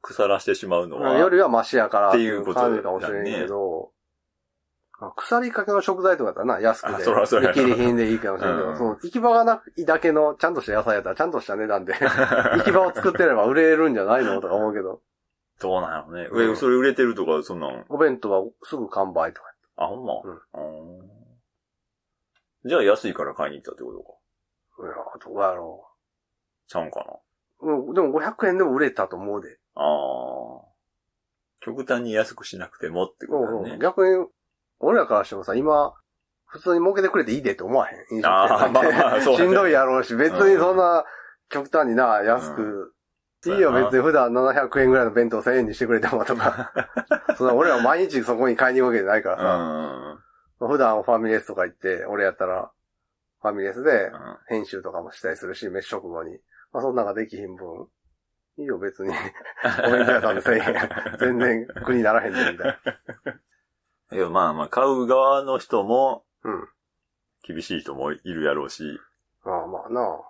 Speaker 2: 腐らしてしまうのは、
Speaker 1: よりはマシやから
Speaker 2: っ
Speaker 1: ってて
Speaker 2: い
Speaker 1: いうう
Speaker 2: ことだ
Speaker 1: 感じ
Speaker 2: ね
Speaker 1: かもしれんけど、まあ腐りかけの食材とかだったらな、安く
Speaker 2: あ
Speaker 1: て。
Speaker 2: そらそら
Speaker 1: 見切り品でいいかもしれんけど、
Speaker 2: うん
Speaker 1: その行き場がないだけのちゃんとした野菜やったらちゃんとした値段 で、行き場を作ってれば売れるんじゃないのとか思うけど、
Speaker 2: どうなんやろうね。
Speaker 1: うん
Speaker 2: 上、それ売れてるとか、そんなん、
Speaker 1: お弁当はすぐ完売とか。
Speaker 2: あ、ほんま。うーんじゃあ安いから買いに行ったってこと
Speaker 1: い
Speaker 2: か。
Speaker 1: や、どうやろ
Speaker 2: ちゃうんかな。
Speaker 1: う。うんでも500円でも売れたと思うで。
Speaker 2: あー。極端に安くしなくてもってこ
Speaker 1: う
Speaker 2: と
Speaker 1: ん
Speaker 2: だ
Speaker 1: うん
Speaker 2: ね。
Speaker 1: 逆に、俺らからしてもさ、今、普通に儲けてくれていいでって思わへん。飲食店
Speaker 2: あー
Speaker 1: なんて
Speaker 2: まあまあそうだね
Speaker 1: しんどいやろうし、別にそんな、極端にな、安く、いいよ、別
Speaker 2: に。
Speaker 1: に普段700円ぐらいの弁当1000円にしてくれてもと か。そんな俺ら毎日そこに買いに行くわけじゃないから
Speaker 2: う
Speaker 1: さ。
Speaker 2: ん。うん
Speaker 1: 普段ファミレスとか行って、俺やったら、ファミレスで編集とかもしたりするし、飯食後に。まあそんなんができひん分。いいよ、別に。 お弁当屋さんで1000円。全然 苦にならへんねんみたいな。
Speaker 2: いや、まあまあ、買う側の人も、
Speaker 1: うん
Speaker 2: 厳しい人もいるやろうし、っ
Speaker 1: まあまあなあ。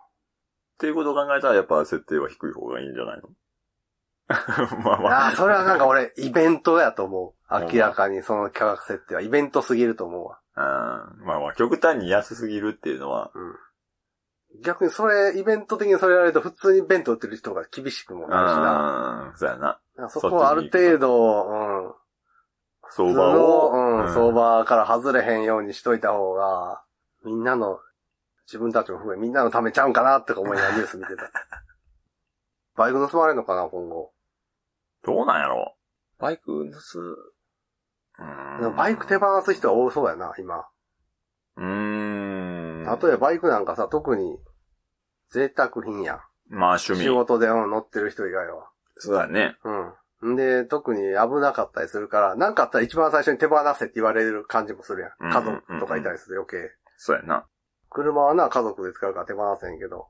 Speaker 2: ていうことを考えたら、やっぱ設定は低い方がいいんじゃないの まあまあ。
Speaker 1: ああ、それはなんか俺、イベントやと思う。明らかにその価格設定は。イベントすぎると思うわ。
Speaker 2: うんまあまあ、極端に安すぎるっていうのは、
Speaker 1: 逆にそれ、イベント的にそれやられると普通に弁当売ってる人が厳しくもなるしな。
Speaker 2: うん、そうやな。
Speaker 1: なんかそこはある程度、うん。
Speaker 2: 相
Speaker 1: 普通
Speaker 2: 場を。
Speaker 1: の、うん、相場から外れへんようにしといた方が、みんなの、自分たちも含めみんなのためちゃうんかなってか思いながらニュース見て た。バイク盗まれるのかな、今後。
Speaker 2: どうなんやろバイク盗、う
Speaker 1: でもバイク手
Speaker 2: ば
Speaker 1: 放す人は多そうやな、今。
Speaker 2: うーん。
Speaker 1: 例えばバイクなんかさ、特に、贅沢品やん。
Speaker 2: まあ趣味
Speaker 1: 仕。事で、うん、乗ってる人以外は。
Speaker 2: そうだね。
Speaker 1: うん。んで、特に危なかったりするから、なんかあったら一番最初に手放せって言われる感じもするやん。家族とかいたりする余計。
Speaker 2: そうやな。
Speaker 1: 車はな、家族で使うから手放せんけど、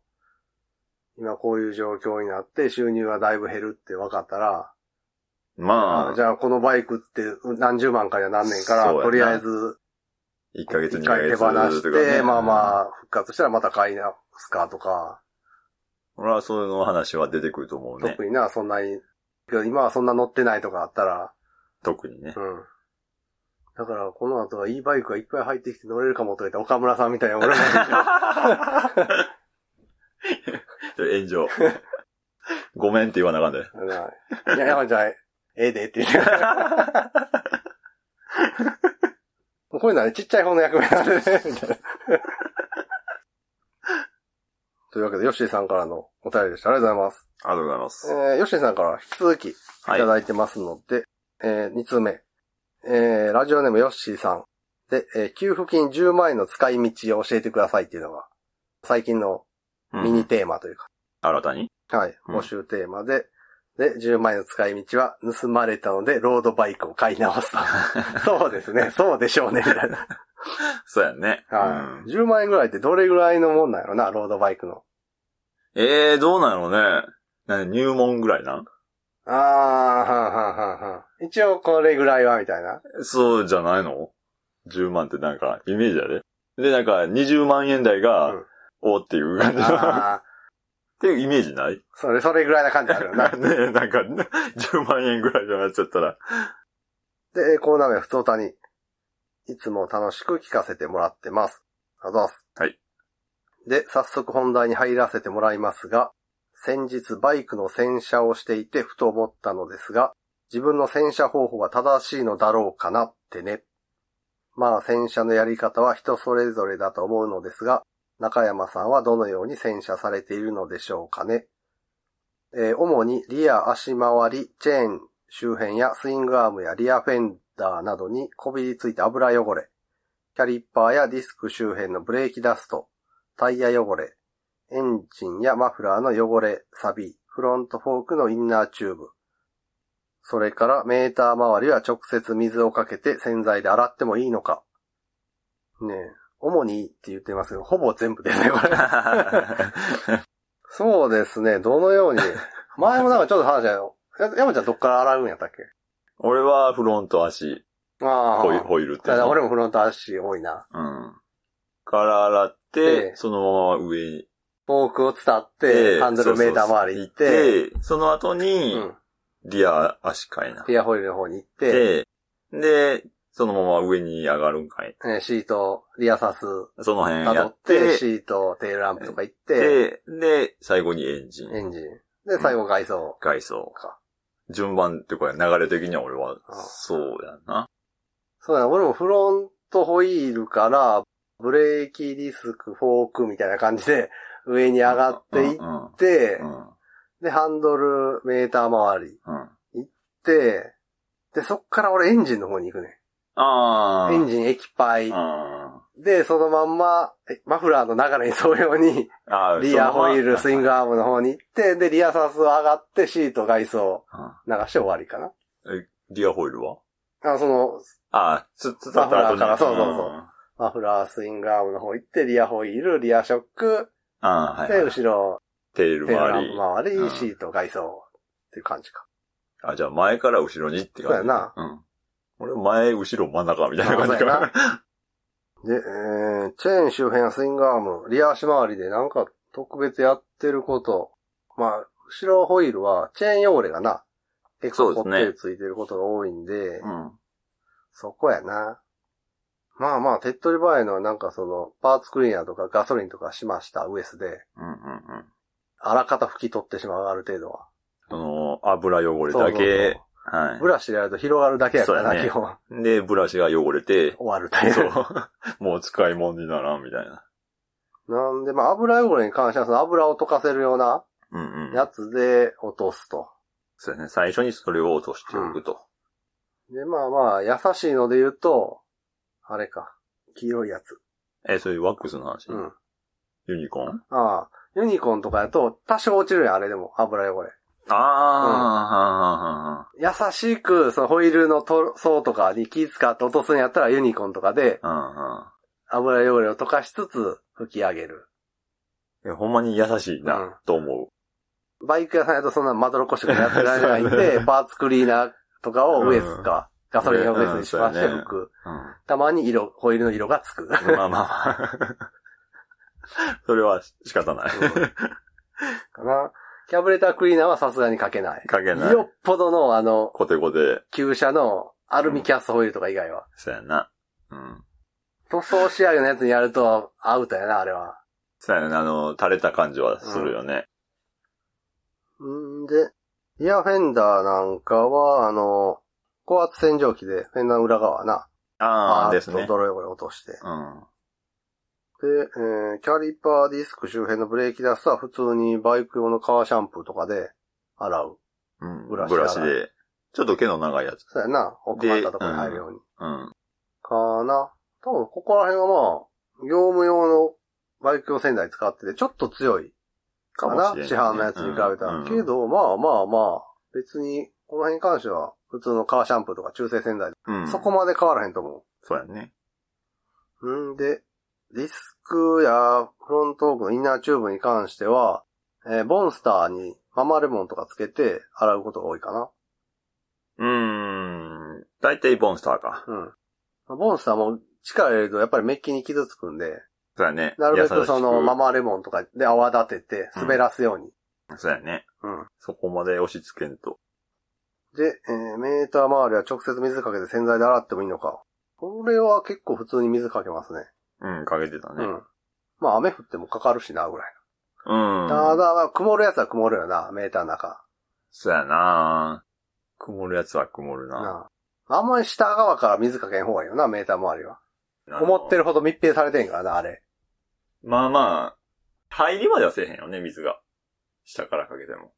Speaker 1: 今こういう状況になって収入がだいぶ減るって分かったら、
Speaker 2: まあ、
Speaker 1: じゃあこのバイクって何十万かじゃ何年から、
Speaker 2: そうやな
Speaker 1: とりあえず
Speaker 2: 1ヶ月
Speaker 1: 一
Speaker 2: 2ヶ
Speaker 1: 回手
Speaker 2: 月
Speaker 1: 放して、まあま
Speaker 2: あ。
Speaker 1: あ復活したらまた買い直すかとか、
Speaker 2: 俺はその話は出てくると思うね。
Speaker 1: 特にな、そんなに、けど今はそんな乗ってないとかあったら、
Speaker 2: 特 にね
Speaker 1: う。ん。だから、この後は E バイクがいっぱい入ってきて乗れるかもとか言ったら岡村さんみたいな俺も。
Speaker 2: ちょ炎上。ごめんって言わなあかんで。
Speaker 1: いや、山ちゃん、ええでって言って。こういうのはね、ちっちゃい方の役目なんでね、みたいな。というわけで、ヨッシーさんからのお便りでした。ありがとうございます。
Speaker 2: ありがとうございます。
Speaker 1: えー、ヨッシーさんから引き続きい
Speaker 2: は
Speaker 1: ただいてますので、えー、2通目。えー、ラジオネームヨッシーさん。で、えー、給付金10万円の使い道を教えてくださいっていうのが、最近の
Speaker 2: うん
Speaker 1: ミニテーマというか、
Speaker 2: 新たに
Speaker 1: はい、
Speaker 2: うん
Speaker 1: 募集テーマで、で、10万円の使い道は盗まれたので、ロードバイクを買い直すと。 そうですね、そうでしょうね、みたいな。
Speaker 2: そうやんね。
Speaker 1: は
Speaker 2: う
Speaker 1: い。
Speaker 2: ん
Speaker 1: 10万円ぐらいってどれぐらいのもんなんやろな、ロードバイクの。
Speaker 2: ええー、どうなのね。な入門ぐらいなん
Speaker 1: あー、はんはんはんはん。一応これぐらいは、みた いな。
Speaker 2: そうじゃないの ?10 万ってなんか、イメージやで。で、なんか、20万円台が、
Speaker 1: うん
Speaker 2: おっていう感じの。っ
Speaker 1: あー
Speaker 2: ていうイメージない
Speaker 1: それ、それぐらいな感じあるよな。
Speaker 2: ねえなんか、10万円ぐらいになっちゃったら。
Speaker 1: で、コーナー名、ふつおたに。いつも楽しく聞かせてもらってます。あざっす。
Speaker 2: はい。
Speaker 1: で、早速本題に入らせてもらいますが、先日バイクの洗車をしていてふと思ったのですが、自分の洗車方法は正しいのだろうかなってね。まあ洗車のやり方は人それぞれだと思うのですが、中山さんはどのように洗車されているのでしょうかね。えー主にリア足回り、チェーン周辺やスイングアームやリアフェンダーなどにこびりついた油汚れ、キャリッパーやディスク周辺のブレーキダスト、タイヤ汚れ、エンジンやマフラーの汚れ、サビ、フロントフォークのインナーチューブ。それからメーター周りは直接水をかけて洗剤で洗ってもいいのか。ねえ、主にって言ってますけど、ほぼ全部ですね、これ。そうですね、どのように。前もなんかちょっと話したよ。や山ちゃんどっから洗うんやったっけ
Speaker 2: 俺はフロント足、
Speaker 1: ああ。
Speaker 2: ホイホイールって
Speaker 1: だ
Speaker 2: いう
Speaker 1: から
Speaker 2: の。
Speaker 1: 俺もフロント足多いな。
Speaker 2: うん。から洗って、
Speaker 1: ええ
Speaker 2: そのまま上に
Speaker 1: フォークを伝っ、
Speaker 2: 行って
Speaker 1: ハンドルメーター周り行って、
Speaker 2: そうそうそう行ってその後に、
Speaker 1: うん。
Speaker 2: リア足かいな。
Speaker 1: リアホイールの方に行って、
Speaker 2: で、で、そのまま上に上がるんかい。
Speaker 1: えーシート、リアサス、
Speaker 2: その辺
Speaker 1: 辿
Speaker 2: や
Speaker 1: っ、
Speaker 2: ってて、
Speaker 1: シート、テールランプとか行って、
Speaker 2: で、で、最後にエンジン。
Speaker 1: エンジン。で、最後外装
Speaker 2: 外装。
Speaker 1: か。
Speaker 2: 順番ってこれ流れ的には俺は
Speaker 1: あ、
Speaker 2: そうやな。
Speaker 1: そうだ、俺もフロントホイールから、ブレーキ、ディスク、フォークみたいな感じで、上に上がっていっ
Speaker 2: うんうん
Speaker 1: て
Speaker 2: う、ん
Speaker 1: で、ハンドル、メーター周り
Speaker 2: うん。
Speaker 1: で、で、そっから俺エンジンの方に行くね。
Speaker 2: あー。
Speaker 1: エンジン、液パイ。
Speaker 2: あ
Speaker 1: で、そのまんま、えマフラーの流れに沿うよう に、
Speaker 2: ーあー。
Speaker 1: リアホイール、スイング
Speaker 2: ー。
Speaker 1: アームの方に行って、で、リアサスを上がって、シート、外装、
Speaker 2: うん
Speaker 1: 流して終わりかな。
Speaker 2: リアホイールは
Speaker 1: あその、
Speaker 2: ああ、つ、つたった後
Speaker 1: マフラ
Speaker 2: に。
Speaker 1: ーからそうそうそうん
Speaker 2: あ
Speaker 1: マフラー、スイングアームの方行って、リアホイール、リアショック、
Speaker 2: あ、はい
Speaker 1: で、
Speaker 2: はい。
Speaker 1: 後ろ、
Speaker 2: テール
Speaker 1: ペンラ
Speaker 2: 周
Speaker 1: ン
Speaker 2: り
Speaker 1: プ。周り、
Speaker 2: うん
Speaker 1: シート、外装、っていう感じか。
Speaker 2: あ、じゃあ前から後ろにって感じ。
Speaker 1: そうやな。
Speaker 2: うん。俺前、後ろ、真ん中みたいな感じか
Speaker 1: あ
Speaker 2: な。
Speaker 1: で、えー、チェーン周辺やスイングアーム、リア足回りでなんか特別やってること、まあ、後ろホイールはチェーン汚れがな、結構こ
Speaker 2: そう
Speaker 1: っ
Speaker 2: です
Speaker 1: て
Speaker 2: ね
Speaker 1: りついてることが多いんで、
Speaker 2: うん。
Speaker 1: そこやな。まあまあ、手っ取り早いのはなんかその、パーツクリーナーとかガソリンとかしました、ウエスで、
Speaker 2: うんうんうん。
Speaker 1: あらかた拭き取ってしまう、ある程度は。
Speaker 2: その、油汚れ
Speaker 1: そう
Speaker 2: だ
Speaker 1: そうそう
Speaker 2: け。は
Speaker 1: ブラシでやると広がるだけやから
Speaker 2: そう
Speaker 1: な、
Speaker 2: や
Speaker 1: 基
Speaker 2: ね
Speaker 1: 本は。
Speaker 2: い。で、ブラシが汚れて、
Speaker 1: 終わるタイ
Speaker 2: そ
Speaker 1: プ。
Speaker 2: う。 もう使い物にならんみたいな。
Speaker 1: なんで、まあ、油汚れに関しては、その油を溶かせるような
Speaker 2: うんうん。
Speaker 1: やつで落とすと。
Speaker 2: そうですね。最初にそれを落としておくと。
Speaker 1: で、まあまあ、優しいので言うと、あれか。黄色いやつ。
Speaker 2: え、そういうワックスの話。
Speaker 1: うん。
Speaker 2: ユニコーン
Speaker 1: ああ、ユニコーンとかやと、多少落ちるやん、あれでも、油汚れ。
Speaker 2: ああ、は
Speaker 1: 優しく、そのホイールの塗装とかに気使って落とすんやったら、ユニコーンとかで、
Speaker 2: あはあはあうんうん。
Speaker 1: 油汚れを溶かしつつ、拭き上げる。
Speaker 2: いや、ほんまに優しい
Speaker 1: うん
Speaker 2: な、と思
Speaker 1: バイク屋さんやとそんなまどろっこしくやってられないん
Speaker 2: そうや
Speaker 1: で、パーツクリーナーとかをウエスか、ガソリンをウエスにしまして
Speaker 2: うん
Speaker 1: 拭く。
Speaker 2: う。うん。
Speaker 1: たまに色、ホイールの色がつく。
Speaker 2: まあまあまあ。 それは仕方ない。
Speaker 1: かな。キャブレタークリーナーはさすがにかけない。
Speaker 2: かけない。
Speaker 1: よっぽどの、あの、
Speaker 2: コテコテ。
Speaker 1: 旧車のアルミキャストホイールとか以外は。
Speaker 2: そうやな。うん。
Speaker 1: 塗装仕上げのやつにやるとアウトやな、あれは。
Speaker 2: そうやな。あの、垂れた感じはするよね。
Speaker 1: んで、リアフェンダーなんかは、あの、高圧洗浄機でフェンダーの裏側な。
Speaker 2: ああ、
Speaker 1: パー
Speaker 2: で
Speaker 1: ッ
Speaker 2: す
Speaker 1: と
Speaker 2: ね。
Speaker 1: 泥汚れ落として。
Speaker 2: うん。
Speaker 1: で、えーキャリパーディスク周辺のブレーキダストは普通にバイク用のカーシャンプーとかで洗う。
Speaker 2: うん。
Speaker 1: ブ
Speaker 2: ブ
Speaker 1: ラ
Speaker 2: ラ
Speaker 1: シだな
Speaker 2: シで。ちょっと毛の長いやつ。
Speaker 1: そうやな。奥まったところに入るように。
Speaker 2: うん。
Speaker 1: かな。多分、ここら辺はまあ、業務用のバイク用洗剤使ってて、ちょっと強い
Speaker 2: か
Speaker 1: か
Speaker 2: も
Speaker 1: な
Speaker 2: しれんね
Speaker 1: 市販のやつに比べたら。け、ど、まあまあまあ、別に、この辺に関しては、普通のカーシャンプーとか中性洗剤、
Speaker 2: うんうん
Speaker 1: そこまで変わらへんと思
Speaker 2: そうやね。
Speaker 1: う。んで、ディスクやフロントオークのインナーチューブに関しては、えーボンスターにママレモンとかつけて洗うことが多いかな。
Speaker 2: うーん。大体ボンスターか。
Speaker 1: うんまあ。ボンスターも力入れるとやっぱりメッキに傷つくんで、
Speaker 2: そうやね。
Speaker 1: なるべく
Speaker 2: 優し
Speaker 1: そのママレモンとかで泡立てて
Speaker 2: うん
Speaker 1: 滑らすように。
Speaker 2: そうやね。
Speaker 1: うん。
Speaker 2: そこまで押し付けんと。
Speaker 1: で、えーメーター周りは直接水かけて洗剤で洗ってもいいのか。これは結構普通に水かけますね。
Speaker 2: うん、かけてた
Speaker 1: う
Speaker 2: ね。
Speaker 1: ん。まあ雨降ってもかかるしな、ぐらい。
Speaker 2: うん。
Speaker 1: ただ、まあ曇るやつは曇るよな、メーターの中。
Speaker 2: そうやな曇るやつは曇るな。
Speaker 1: なあ。あんまり下側から水かけん方がいいよな、メーター周りは。
Speaker 2: あの
Speaker 1: 思ってるほど密閉されてんからな、あれ。
Speaker 2: まあまあ、入りまではせえへんよね、水が。下からかけても。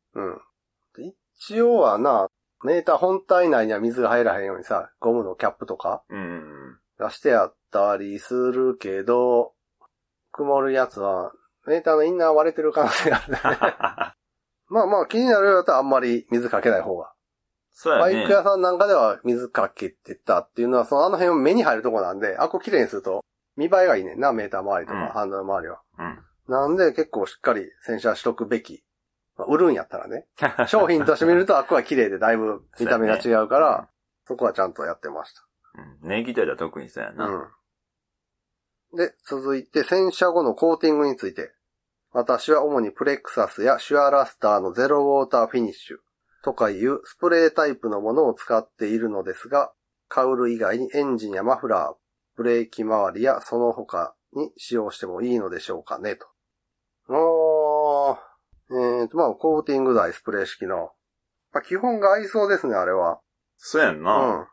Speaker 1: うん。一応はな、メーター本体内には水が入らへんようにさ、ゴムのキャップとか
Speaker 2: うん。
Speaker 1: 出してあったりするけど、曇るやつは、メーターのインナー割れてる可能性があるね。 まあまあ気になるようだったらあんまり水かけない方が。
Speaker 2: そう
Speaker 1: バ
Speaker 2: やね。
Speaker 1: イク屋さんなんかでは水かけてたっていうのは、そのあの辺を目に入るとこなんで、あっこ綺麗にすると見栄えがいいねんな、メーター周りと
Speaker 2: うん
Speaker 1: かハンドル周りは。
Speaker 2: うん。
Speaker 1: なんで結構しっかり洗車しとくべき。まあ、売るんやったらね。商品として見るとあっこは綺麗でだいぶ見た目が違うから、そこはちゃんとやってまし
Speaker 2: うん。ネギタイは特にそうや
Speaker 1: た。
Speaker 2: な。
Speaker 1: うん。で、続いて洗車後のコーティングについて。私は主にプレクサスやシュアラスターのゼロウォーターフィニッシュとかいうスプレータイプのものを使っているのですが、カウル以外にエンジンやマフラー、ブレーキ周りやその他に使用してもいいのでしょうかね、と。あー、えーと、まあ、コーティング剤、スプレー式の。まあ、基本が合いそうですね、あれは。
Speaker 2: そうやんな。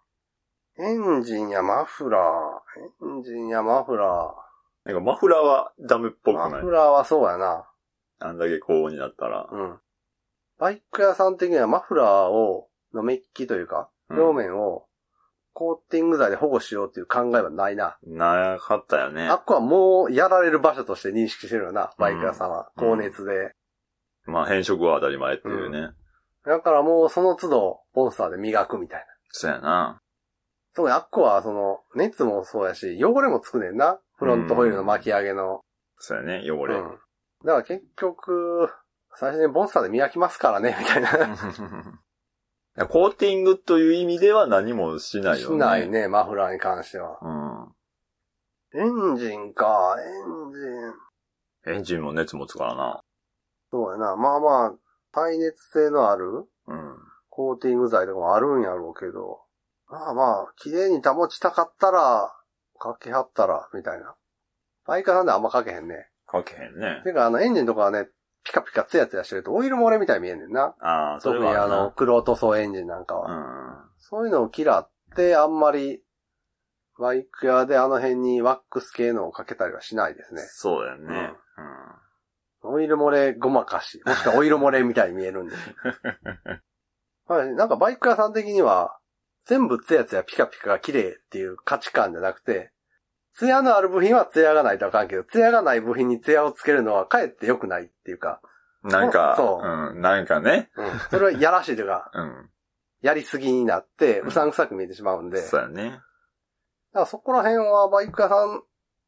Speaker 1: うん。エンジンやマフラー、エンジンやマフラ
Speaker 2: なんかマフラーはダメっ
Speaker 1: ー。
Speaker 2: ぽく
Speaker 1: マ
Speaker 2: ない
Speaker 1: フ。ラーはそうやな。
Speaker 2: あんだけ高温になったら。
Speaker 1: うん。バイク屋さん的にはマフラーを、のメッキというか、
Speaker 2: うん
Speaker 1: 表面をコーティング剤で保護しようっていう考えはないな。
Speaker 2: なかったよね
Speaker 1: あ。っこはもうやられる場所として認識してるよな、バイク屋さんは。
Speaker 2: うん
Speaker 1: 高熱で。
Speaker 2: まあ変色は当たり前っていうね。
Speaker 1: だからもうその都度、ボンスターで磨くみたいな。
Speaker 2: そうやな。
Speaker 1: 特にあっこは、その、熱もそうやし、汚れもつくねんな。フロントホイールの巻き上げの。
Speaker 2: そうやね、汚れ。
Speaker 1: うん。だから結局、最初にボンスターで磨きますからね、 みたいな。
Speaker 2: コーティングという意味では何もしないよ
Speaker 1: し
Speaker 2: ね。
Speaker 1: ない。ね、マフラーに関しては。
Speaker 2: う
Speaker 1: エンジンか、エンジン。
Speaker 2: ん。エンジンも熱持つからな。
Speaker 1: そうやな。まあまあ、耐熱性のある
Speaker 2: うん。
Speaker 1: コーティング剤とかもあるんやろうけど。まあまあ、綺麗に保ちたかったら、かけはったら、みたいな。バイカーなんであんまかけへんね。
Speaker 2: かけへんね。
Speaker 1: てか、あの、エンジンとかはね、ピカピカツヤツヤしてると、オイル漏れみたいに見えんねんな。
Speaker 2: ああ、そ
Speaker 1: 特
Speaker 2: れ
Speaker 1: に
Speaker 2: は
Speaker 1: あ
Speaker 2: あ
Speaker 1: の、
Speaker 2: の、
Speaker 1: クロート層エンジンなんかは。
Speaker 2: う
Speaker 1: そういうのを嫌って、あんまり、バイク屋であの辺にワックス系のをかけたりはしないです
Speaker 2: ん。
Speaker 1: ね。
Speaker 2: そうだよね。
Speaker 1: オイル漏れごまかし、もしくはオイル漏れみたいに見え るんで。はい、なんかバイク屋さん的には、全部ツヤツヤピカピカが綺麗っていう価値観じゃなくて、ツヤのある部品はツヤがないとあかんけど、ツヤがない部品にツヤをつけるのはかえって良くないっていうか、
Speaker 2: うん。なんか、
Speaker 1: そう
Speaker 2: うん。なんかね。
Speaker 1: うん、それはやらしいというか、
Speaker 2: うん。
Speaker 1: やりすぎになって、うさんくさく見えてしまうんで、だ
Speaker 2: そ
Speaker 1: か
Speaker 2: うやね。
Speaker 1: らそこら辺はバイク屋さん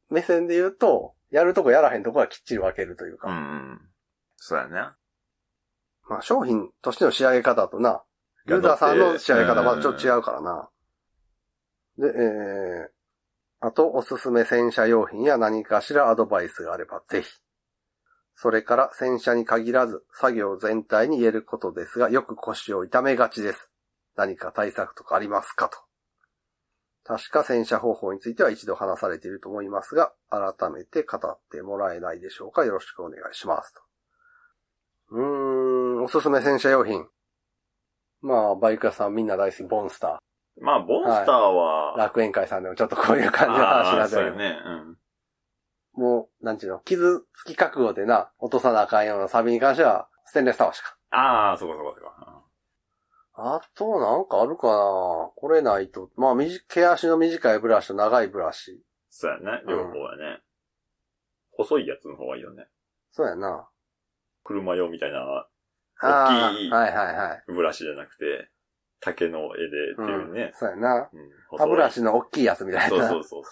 Speaker 1: 目線で言うと、やるとこやらへんとこはきっちり分けるというか、
Speaker 2: うん。そうやね。
Speaker 1: まあ商品としての仕上げ方とな、ユーザーさんの仕上げ方はちょっと違うからな。で、えー、あとおすすめ洗車用品や何かしらアドバイスがあればぜひ。それから洗車に限らず作業全体に言えることですがよく腰を痛めがちです。何か対策とかありますかと。確か洗車方法については一度話されていると思いますが、改めて語ってもらえないでしょうかよろしくお願いしますと。うーん、おすすめ洗車用品。まあ、バイク屋さんみんな大好き、ボンスタ
Speaker 2: うん。まあ、ボンスター
Speaker 1: ー。
Speaker 2: は、
Speaker 1: 楽園会さんでもちょっとこういう感じの話に
Speaker 2: あ
Speaker 1: な
Speaker 2: あ
Speaker 1: ってる
Speaker 2: そう
Speaker 1: け
Speaker 2: や
Speaker 1: ど。
Speaker 2: ね。うん。
Speaker 1: もう、なんちゅうの、傷つき覚悟でな、落とさなあかんようなサビに関しては、ステンレスタワーしか。
Speaker 2: ああ、そうかそうかそうか。
Speaker 1: あと、なんかあるかなこれないと。まあ、短い毛足の短いブラシと長いブラシ。
Speaker 2: そうやね。両方やね。細いやつの方がいいよね。
Speaker 1: そうやな。
Speaker 2: 車用みたいな
Speaker 1: あ
Speaker 2: 大きい
Speaker 1: あ、はいはいはい。
Speaker 2: ブラシじゃなくて、竹の絵でっていうね。
Speaker 1: そうやな。
Speaker 2: うん。
Speaker 1: 歯ブラ
Speaker 2: シ
Speaker 1: シの大きいやつみたいな。
Speaker 2: そうそうそう。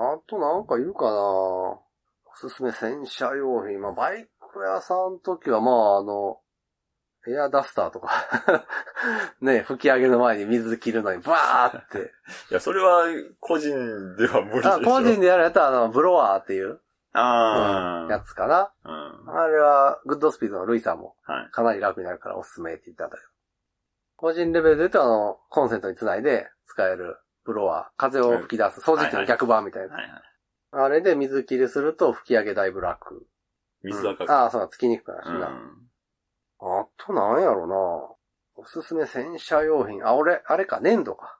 Speaker 1: あとなんかいるかなおすすめ洗車用品。まあ、バイク屋さんの時は、まあ、あの、エアダスターとか。 ね、吹き上げの前に水切るのに、バーっ て。
Speaker 2: いや、それは個人では無理でしょ。
Speaker 1: あ個人でやるやつは、あの、ブロワーっていう
Speaker 2: あ
Speaker 1: やつかな。
Speaker 2: あ。うん。
Speaker 1: あれは、グッドスピードのルイさんも
Speaker 2: はい、
Speaker 1: かなり楽になるからおすすめって言ってあったよ。個人レベルで言うと、あの、コンセントにつないで使えるブロワー、風を吹き出す、掃除機の逆版みたいな。
Speaker 2: はいはい。
Speaker 1: あれで水切りすると吹き上げだいぶ楽。
Speaker 2: 水垢
Speaker 1: うん
Speaker 2: か
Speaker 1: ああ、そうだ、つきにくくなるし
Speaker 2: うん。
Speaker 1: な。あとなんやろな。おすすめ洗車用品。あ、俺、あれか、粘土か。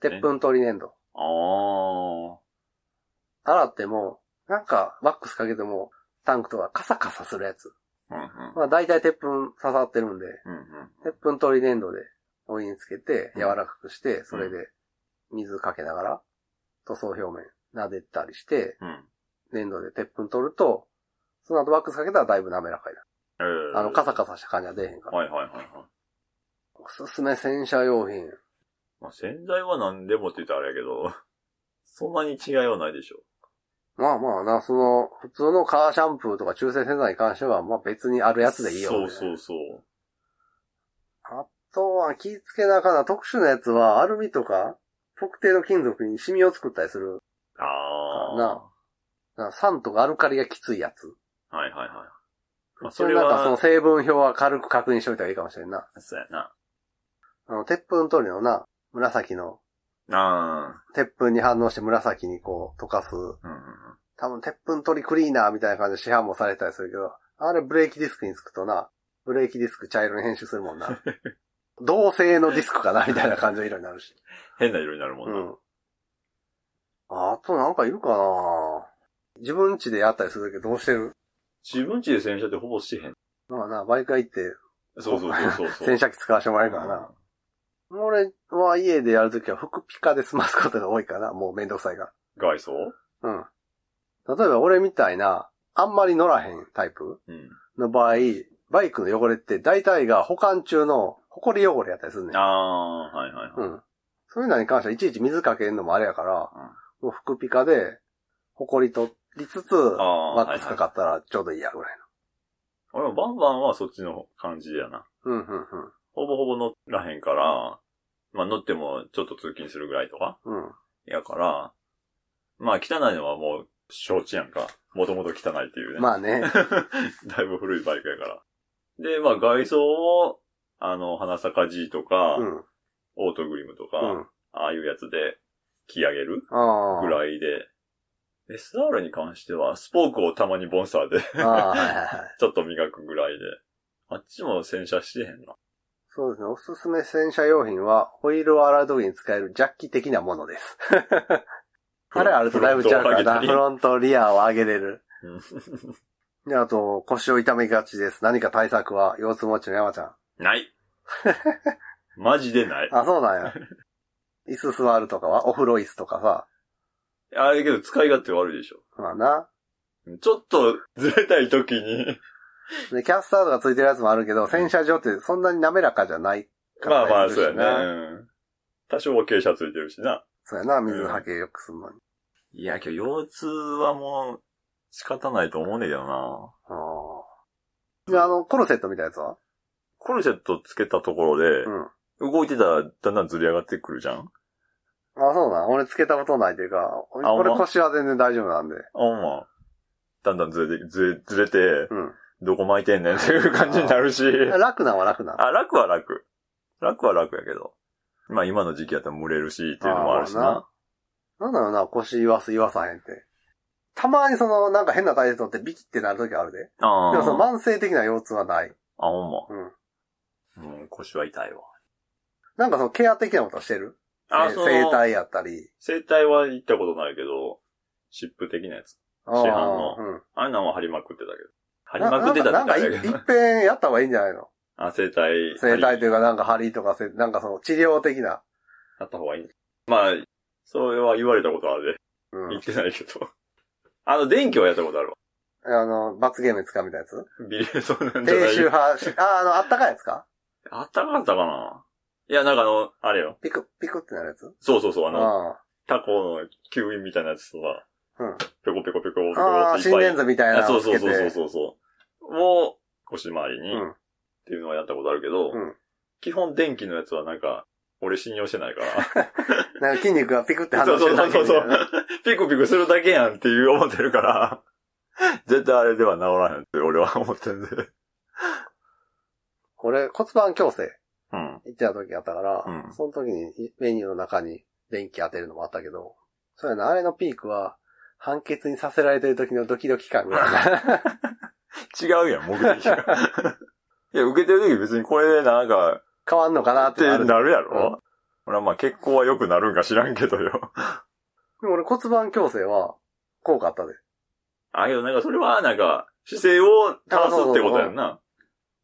Speaker 1: 鉄粉取り粘土。
Speaker 2: ああ。
Speaker 1: 洗っても、なんか、ワックスかけても、タンクとかカサカサするやつ。
Speaker 2: うんうん。
Speaker 1: まあ、大体鉄粉刺さってるんで、
Speaker 2: うんうん。
Speaker 1: 鉄粉取り粘土でお湯につけて
Speaker 2: うん
Speaker 1: 柔らかくして、それで水かけながら塗装表面撫でたりして、
Speaker 2: うん。
Speaker 1: 粘土で鉄粉取ると、その後ワックスかけたらだいぶ滑らかにな
Speaker 2: えー
Speaker 1: る。あの、カサカサした感じは出えへんから。
Speaker 2: はいはいはいはい。
Speaker 1: おすすめ洗車用品。
Speaker 2: まあ、洗剤は何でもって言ったらあれやけど、そんなに違いはないでしょ。
Speaker 1: まあまあな、その、普通のカーシャンプーとか中性洗剤に関しては、まあ別にあるやつでいいよ、ね。
Speaker 2: そうそうそう。
Speaker 1: あとは気ぃつけなあかんな特殊なやつは、アルミとか、特定の金属にシミを作ったりする。
Speaker 2: ああ。
Speaker 1: ななんか酸とかアルカリがきついやつ。
Speaker 2: はいはいはい。まあ、
Speaker 1: そ
Speaker 2: そ
Speaker 1: れ
Speaker 2: れ
Speaker 1: なんかその
Speaker 2: は、
Speaker 1: 成分表は軽く確認しといた方がいいかもしれんな。
Speaker 2: そうやな。
Speaker 1: あの、鉄粉取りのな、紫の、
Speaker 2: あ
Speaker 1: 鉄粉に反応して紫にこう溶かす、
Speaker 2: あ。うんうんうん。
Speaker 1: 多分鉄粉取りクリーナーみたいな感じで市販もされたりするけど、あれブレーキディスクにつくとな、ブレーキディスク茶色に編集するもん な。同性のディスクかなみたいな感じの色になるし。
Speaker 2: 変な色になるも
Speaker 1: うん
Speaker 2: な。
Speaker 1: ん。あとなんかいるかな自分家でやったりするけどどうしてる
Speaker 2: 自分家で洗車ってほぼしてへん。
Speaker 1: まあな、バイク屋行って
Speaker 2: そうそうそうそうそう。
Speaker 1: 洗車機使わせてもらえるからな。俺は家でやるときは服ピカで済ますことが多いかな。もうめんどくさいか
Speaker 2: 外装
Speaker 1: ら。うん。例えば俺みたいな、あんまり乗らへんタイプ
Speaker 2: うん。
Speaker 1: の場合、バイクの汚れって大体が保管中の埃汚れやったりするねん。
Speaker 2: ああー、はいはいは
Speaker 1: う
Speaker 2: い。
Speaker 1: ん。そういうのに関してはいちいち水かけんのもあれやから、もう服ピカで、埃取りつつ、
Speaker 2: ああ、
Speaker 1: マ
Speaker 2: は
Speaker 1: ッ
Speaker 2: い
Speaker 1: クス
Speaker 2: は
Speaker 1: か
Speaker 2: い。
Speaker 1: かったらちょうどいいやぐらい
Speaker 2: 俺もバンバンはそっちの感じやな。
Speaker 1: の。うん、うん、
Speaker 2: ほぼほぼ乗らへんから、まあ乗ってもちょっと通勤するぐらいとか。
Speaker 1: うん。うん。
Speaker 2: やから、まあ汚いのはもう承知やんか。もともと汚いっていうね。
Speaker 1: まあ ね。
Speaker 2: だいぶ古いバイクやから。で、まあ外装を、あの、花坂 G とか、
Speaker 1: うん。
Speaker 2: オートグリムとか、
Speaker 1: うん。
Speaker 2: ああいうやつで、着上げる
Speaker 1: ああ。
Speaker 2: ぐらいで、SR に関しては、スポークをたまにボンスターで、
Speaker 1: ああ、はいはいはい。
Speaker 2: ちょっと磨くぐらいで、あっちも洗車してへんな。
Speaker 1: そうですね。おすすめ洗車用品は、ホイールを洗う時に使えるジャッキ的なものです。あれあるとだいぶ違うからな。フ
Speaker 2: フロ
Speaker 1: ロント、リアを上げれる。
Speaker 2: ントを上げたり
Speaker 1: で、あと、腰を痛めがちです。何か対策は、腰痛持ちの山ちゃん。
Speaker 2: うんない。 マジでない。
Speaker 1: あ、そう なんや。椅子座るとかはお風呂椅子とかさ。
Speaker 2: あれけど使い勝手悪いでしょ。
Speaker 1: まあな。
Speaker 2: ちょっとずれたい時に、
Speaker 1: で、キャスターとかついてるやつもあるけど、洗車場ってそんなに滑らかじゃない
Speaker 2: ま
Speaker 1: か
Speaker 2: あま
Speaker 1: った
Speaker 2: あ、
Speaker 1: りす
Speaker 2: そ
Speaker 1: る
Speaker 2: う
Speaker 1: し
Speaker 2: やね。。うん多少は傾斜ついてるしな。
Speaker 1: そうやな、水はけよくすんのに。
Speaker 2: いや、今日腰痛はもう仕方ないと思うねんけどな。
Speaker 1: ああ。で、あの、コルセットみたいなやつは
Speaker 2: コルセットつけたところで
Speaker 1: う、ん。
Speaker 2: 動いてたらだんだんずり上がってくるじゃん
Speaker 1: あ、そうなん。俺つけたことないというか、
Speaker 2: あほん
Speaker 1: 俺
Speaker 2: ま
Speaker 1: 腰は全然大丈夫なんで。
Speaker 2: あ、まあ。だんだんずれて、ずれ、ずれて、
Speaker 1: う
Speaker 2: どこ巻いてんねんっていう感じになるし。
Speaker 1: ん。楽なんは楽なん。
Speaker 2: あ、楽は楽。楽は楽やけど。まあ今の時期やったら蒸れるしっていうのもあるし
Speaker 1: あーまあ
Speaker 2: な。
Speaker 1: なんだろうな、腰言わす言わさへんって。たまにその、なんか変な体勢取ってビキってなるときあるで。で
Speaker 2: あ
Speaker 1: もその
Speaker 2: あ。
Speaker 1: 慢性的な腰痛はない。
Speaker 2: あ、ほんま。
Speaker 1: うん。
Speaker 2: うん、腰は痛いわ。
Speaker 1: なんかそのケア的なことしてる
Speaker 2: あ、
Speaker 1: せ
Speaker 2: そう。
Speaker 1: 整体やったり。
Speaker 2: 整体は行ったことないけど、湿布的なやつ。
Speaker 1: あー
Speaker 2: 市販の
Speaker 1: うん。
Speaker 2: あんなんは張りまくってたけど。張り
Speaker 1: な
Speaker 2: まくってた
Speaker 1: な
Speaker 2: っ
Speaker 1: ん
Speaker 2: て
Speaker 1: か、
Speaker 2: 言
Speaker 1: な
Speaker 2: っ
Speaker 1: ん
Speaker 2: た
Speaker 1: か
Speaker 2: け
Speaker 1: いい
Speaker 2: ど。
Speaker 1: っぺんやった方がいいんじゃないの
Speaker 2: あ、生体。
Speaker 1: 生体と
Speaker 2: で。
Speaker 1: いうか、なんか針とかせ、なんかその治療的な。
Speaker 2: あった方がいい。まあ、それは言われたことある
Speaker 1: う
Speaker 2: で。言
Speaker 1: ん。
Speaker 2: ってないけど。 あの、電気はやったことあるわ。
Speaker 1: あの、罰ゲームに使うみたいなやつ
Speaker 2: ビリそうなんじゃな
Speaker 1: 低
Speaker 2: い
Speaker 1: 周波、しあ、あの、あったかいやつか
Speaker 2: あったかかったかないや、なんかあの、あれよ。
Speaker 1: ピク、ピクってなるやつ
Speaker 2: そうそうそう、あの、
Speaker 1: あ
Speaker 2: タコの吸引みたいなやつとさ、
Speaker 1: あ。うん。
Speaker 2: ぴょこぴょこぴょこぴょ
Speaker 1: あ
Speaker 2: こ
Speaker 1: あ、
Speaker 2: ってい
Speaker 1: 心
Speaker 2: っぱい。
Speaker 1: 電図みたいな
Speaker 2: あそ
Speaker 1: の
Speaker 2: う
Speaker 1: つ
Speaker 2: そう
Speaker 1: け
Speaker 2: そうそう
Speaker 1: て。
Speaker 2: そうそう。もう、腰回り
Speaker 1: う
Speaker 2: に、っ
Speaker 1: ん。
Speaker 2: ていうのはやったことあるけど、
Speaker 1: うん
Speaker 2: 基本電気のやつはなんか、俺信用してないから。
Speaker 1: なんか筋肉がピクって反
Speaker 2: そ
Speaker 1: 応
Speaker 2: う
Speaker 1: して
Speaker 2: そう
Speaker 1: る
Speaker 2: そ
Speaker 1: だ
Speaker 2: う
Speaker 1: けみ
Speaker 2: そう
Speaker 1: たいな。
Speaker 2: ピクピクするだけやんっていう思ってるから、 絶対あれでは治らへんって俺は思ってんで。
Speaker 1: 俺、骨盤矯正
Speaker 2: うん。
Speaker 1: 行ってた時やったから、
Speaker 2: うん
Speaker 1: その時にメニューの中に電気当てるのもあったけど、そうやな、あれのピークは、判決にさせられてる時のドキドキ感 が。
Speaker 2: 違うやん、目的が。 いや、受けてる時別にこれでなんか、
Speaker 1: 変わんのかな
Speaker 2: っ
Speaker 1: って
Speaker 2: て
Speaker 1: な
Speaker 2: な
Speaker 1: る。
Speaker 2: るやろ、俺はまあ結構は良くなるんか知らんけどよ。
Speaker 1: でも俺骨盤矯正は、効果あったで。
Speaker 2: あ、けどなんかそれはなんか、姿勢を正すってことやんな。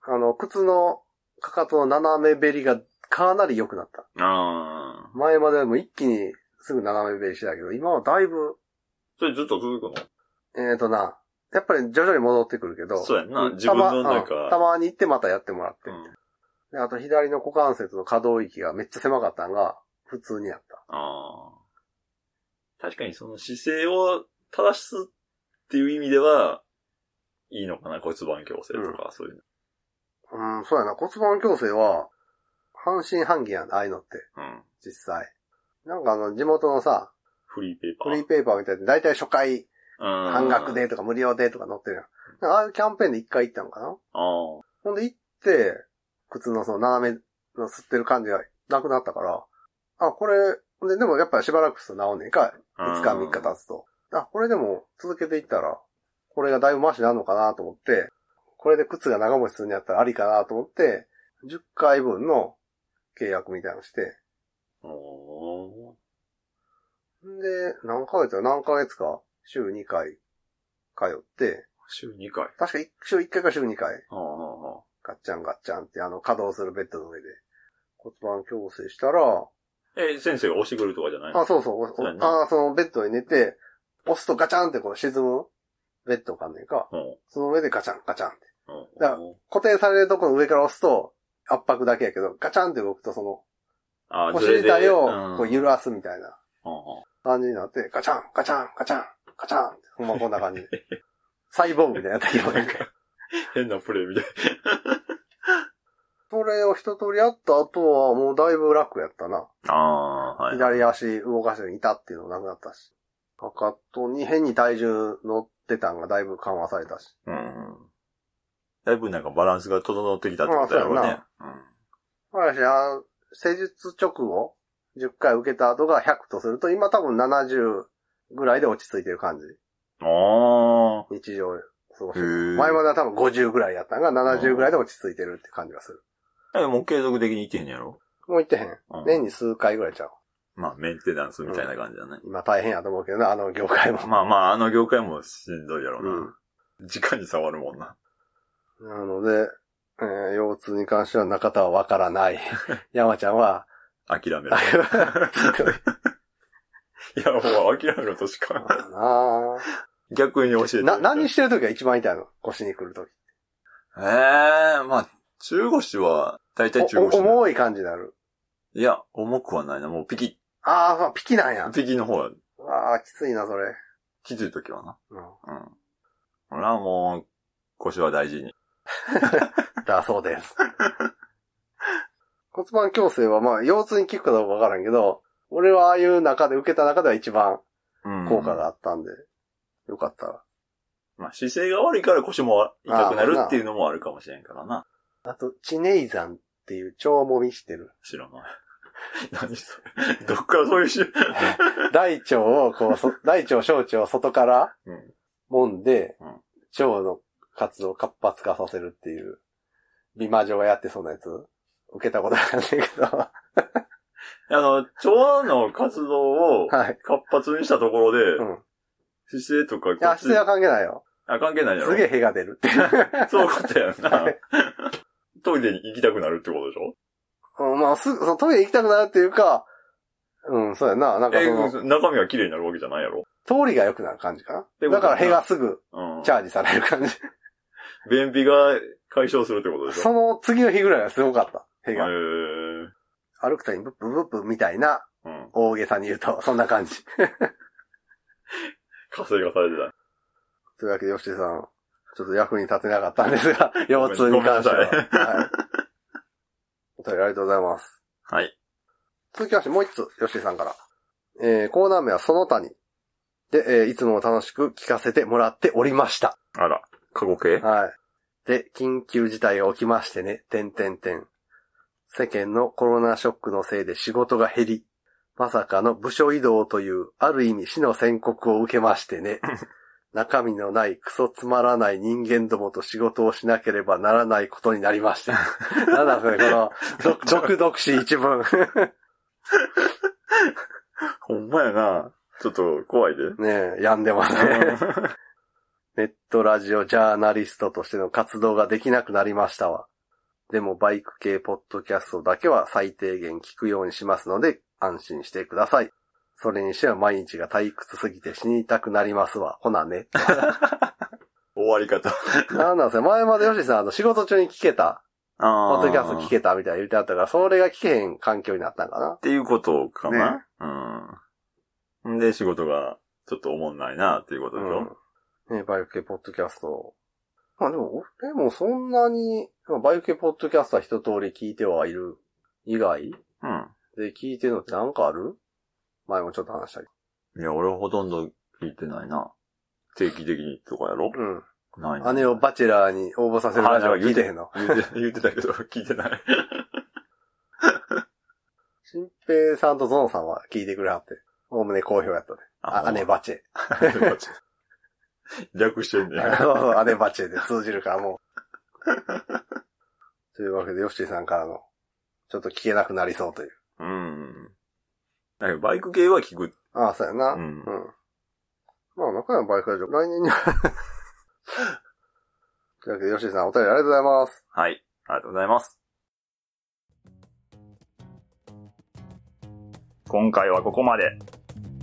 Speaker 1: あの、靴のかかとの斜めべりがかなり良くなった。
Speaker 2: ああ。
Speaker 1: 前まではもう一気にすぐ斜めべりしてたけど、今はだいぶ、
Speaker 2: それずっと続くの
Speaker 1: えーとな、やっぱり徐々に戻ってくるけど、
Speaker 2: そうやんな。自
Speaker 1: た
Speaker 2: 分
Speaker 1: ま
Speaker 2: のなんか、
Speaker 1: うんたまに行ってまたやってもらって。
Speaker 2: うん
Speaker 1: で、あと左の股関節の可動域がめっちゃ狭かったんが、普通にやっ
Speaker 2: ああ。確かにその姿勢を正すっていう意味では、いいのかな骨盤矯正とか、そういうの。
Speaker 1: た。うん、そうやな。骨盤矯正は、半信半疑やん、ああいうのって、
Speaker 2: うん。
Speaker 1: 実際。なんかあの、地元のさ、
Speaker 2: フリーペーパー。
Speaker 1: フリーペーパーみたいで、だいたい初回
Speaker 2: うん
Speaker 1: 半額。でとか無料でとか載ってるやん。なんかああいうキャンペーンで一回行ったのかな
Speaker 2: ああ。
Speaker 1: ほんで行って、靴のその斜めの吸ってる感じがなくなったから、あ、これ、ででもやっぱしばらくすると治んねんか、5日3日経つと。あ、これでも続けていったら、これがだいぶマシなのかなと思って、これで靴が長持ちするんやったらありかなと思って、10回分の契約みたいなのして、
Speaker 2: うん。お
Speaker 1: んで、何ヶ月や何ヶ月か、週2回通って、
Speaker 2: ー週2回。
Speaker 1: 確か一週1回か週2回、
Speaker 2: ああああ。
Speaker 1: ガッチャンガッチャンってあの稼働するベッドの上で骨盤矯正したら、
Speaker 2: え、先生が押してくるとかじゃないの
Speaker 1: あ、そうそう、お
Speaker 2: そうや
Speaker 1: お
Speaker 2: な
Speaker 1: あそのベッドに寝て、押すとガチャンってこう沈むベッドかんねんか、
Speaker 2: うん。
Speaker 1: その上でガチャンガチャンって。
Speaker 2: うん
Speaker 1: だから固定されるところの上から押すと、圧迫だけやけど、ガチャンって動くとその、
Speaker 2: ああ
Speaker 1: お
Speaker 2: ずれ
Speaker 1: 尻
Speaker 2: て
Speaker 1: 体
Speaker 2: う
Speaker 1: を
Speaker 2: ん
Speaker 1: こう揺らすみたいな
Speaker 2: うんうん
Speaker 1: 感じになって、ガチャン、ガチャン、ガチャン、ガチャンって、ほんまこんな 感じ。サイボーグみたいなやった 今なんか
Speaker 2: 変なプレイみたい。
Speaker 1: それを一通りやった後はもうだいぶ楽やったな。
Speaker 2: ああ、はい。
Speaker 1: 左足動かしていたっていうのなくなったし。かかとに変に体重乗ってたんがだいぶ緩和されたし。
Speaker 2: うん。だいぶなんかバランスが整ってきたってことやろうね。
Speaker 1: まあ、し、あ施術直後、10回受けた後が100とすると、今多分70ぐらいで落ち着いてる感じ。
Speaker 2: うん。あ
Speaker 1: 日常を過ごし
Speaker 2: あ。
Speaker 1: て
Speaker 2: へ
Speaker 1: る。
Speaker 2: え。
Speaker 1: 前までは多分50ぐらいやったのが70ぐらいで落ち着いてるって感じがする。
Speaker 2: え、もう継続的にいってへんやろ
Speaker 1: もう行ってへん。
Speaker 2: うん
Speaker 1: 年に数回ぐらいちゃう。
Speaker 2: まあ、メンテナンスみたいな感じだね。
Speaker 1: 今大変やと思うけどな、あの業界も。
Speaker 2: まあまあ、あの業界もしんどいやろ
Speaker 1: う
Speaker 2: うな。直に触るもんな。
Speaker 1: ん。なので、えー腰痛に関しては中田はわから ない。山ちゃんは、
Speaker 2: 諦 めろ。
Speaker 1: あひどい
Speaker 2: いや、もう諦めろとしか。
Speaker 1: な
Speaker 2: 逆に教えて
Speaker 1: あ
Speaker 2: み
Speaker 1: な、
Speaker 2: たい
Speaker 1: 何してるときが一番痛いの腰に来るとき。
Speaker 2: ええまあ、中腰は、だいたい中
Speaker 1: おお
Speaker 2: 腰。
Speaker 1: 重い感じになる。
Speaker 2: いや、重くはないな。もうピキ、
Speaker 1: ああ、ピキなんや。
Speaker 2: ピキの方は、
Speaker 1: ああ、きついな、それ。
Speaker 2: きつい時はな。
Speaker 1: う
Speaker 2: うん。俺はもう、腰は大事に。
Speaker 1: ん。だそうです。 骨盤矯正は、まあ、腰痛に効くかどうかわからんけど、俺はああいう中で、受けた中では一番
Speaker 2: うん
Speaker 1: 効果があったんで、よかったら。
Speaker 2: まあ、姿勢が悪いから腰も痛くなるっていうのもあるかもしれんからな。
Speaker 1: あと、チネイザンっていう超もみしてる。
Speaker 2: 知らない。 何それ。どっからそういうし、
Speaker 1: 大腸を、こうそ、大腸、小腸を外から
Speaker 2: うん
Speaker 1: 揉んで、
Speaker 2: うん
Speaker 1: 腸の活動を活発化させるっていう、美魔女がやってそうなやつ、受けたことなんだけ ど、は
Speaker 2: あの、腸の活動を
Speaker 1: い。
Speaker 2: 活発にしたところで、
Speaker 1: うん
Speaker 2: 姿勢とかこっ
Speaker 1: いや、姿勢は関係ないよ。
Speaker 2: あ、関係ないやろ。
Speaker 1: すげえ屁が出るって。
Speaker 2: そういうことやんな。トイレに行きたくなるってことでしょ
Speaker 1: うん、まあ、すぐ、そのトイレ行きたくなるっていうか、うん、そうやな。なんか
Speaker 2: え
Speaker 1: その、
Speaker 2: 中身が綺麗になるわけじゃないやろ。
Speaker 1: 通りが良くなる感じか
Speaker 2: て
Speaker 1: な。だ
Speaker 2: ことだ
Speaker 1: か
Speaker 2: な
Speaker 1: ら屁がすぐ
Speaker 2: うん。
Speaker 1: チャージされる感じ。
Speaker 2: 便秘が解消するってことでし
Speaker 1: そ
Speaker 2: ょ
Speaker 1: の次の日ぐらいはすごかった。屁
Speaker 2: へえ
Speaker 1: が。
Speaker 2: ー。
Speaker 1: 歩くたびにブッブブッブみたいな、
Speaker 2: うん。
Speaker 1: 大げさに言うと、 そんな感じ。
Speaker 2: 活性がされてた。
Speaker 1: というわけで、吉井さん、ちょっと役に立てなかったんです が、腰痛に関しては。
Speaker 2: ごめんな
Speaker 1: はい。お便りありがとうございます。
Speaker 2: はい。
Speaker 1: 続きまして、もう一つ、吉井さんから。えー、コーナー名はその他に。で、えーいつも楽しく聞かせてもらっておりました。
Speaker 2: あら。過去形
Speaker 1: はい。で、緊急事態が起きましてね、点点点。世間のコロナショックのせいで仕事が減り、まさかの部署移動という、ある意味死の宣告を受けましてね。中身のないクソつまらない人間どもと仕事をしなければならないことになりました。なんだこれ、この、ど、独々しい一文。
Speaker 2: ほんまやな。ちょっと怖 いで。
Speaker 1: ねえ、病んでますね。ネットラジオジャーナリストとしての活動ができなくなりましたわ。でもバイク系ポッドキャストだけは最低限聞くようにしますので安心してください。それにしては毎日が退屈すぎて死にたくなりますわ。ほな ね。
Speaker 2: 終わり方。
Speaker 1: なんなんすよ。前まで吉井さん、あの、仕事中に聞けた。ポ
Speaker 2: あ
Speaker 1: ッドキャスト聞
Speaker 2: っ
Speaker 1: けたみたいな言ってあったから、それが聞けへん環境になったんかな。
Speaker 2: ていうことかな、うん。んで、仕事がちょっとおもんないな、っていうことでしょ、
Speaker 1: うん。ね、バイク系ポッドキャスト。まあでも、俺もそんなに、まあバイク系ポッドキャストは一通り聞いてはいる以外
Speaker 2: うん。
Speaker 1: で聞いてるのってなんかある前もちょっと話したり。
Speaker 2: いや、俺はほとんど聞いてないな。定期的にとかやろ
Speaker 1: う
Speaker 2: ない
Speaker 1: ん。姉をバチェラーに応募させる話は聞いてへんの。
Speaker 2: 言うて、言 うてたけど、聞いてない。
Speaker 1: 新平さんとゾノさんは聞いてくれはって。おおむね好評やったね。あ、姉
Speaker 2: ね。
Speaker 1: バチェ。
Speaker 2: 略してんねや。
Speaker 1: そうそう、姉バチェで通じるからも う。というわけで、ヨッシーさんからの、ちょっと聞けなくなりそうという。
Speaker 2: うん。だけど、バイク系は聞く。
Speaker 1: ああ、そうやな。
Speaker 2: うん
Speaker 1: うん。まあ、中山バイクラジオ、来年には。というわけで、吉井さん、お便りありがとうございます。
Speaker 2: はい。ありがとうございます。
Speaker 3: 今回はここまで。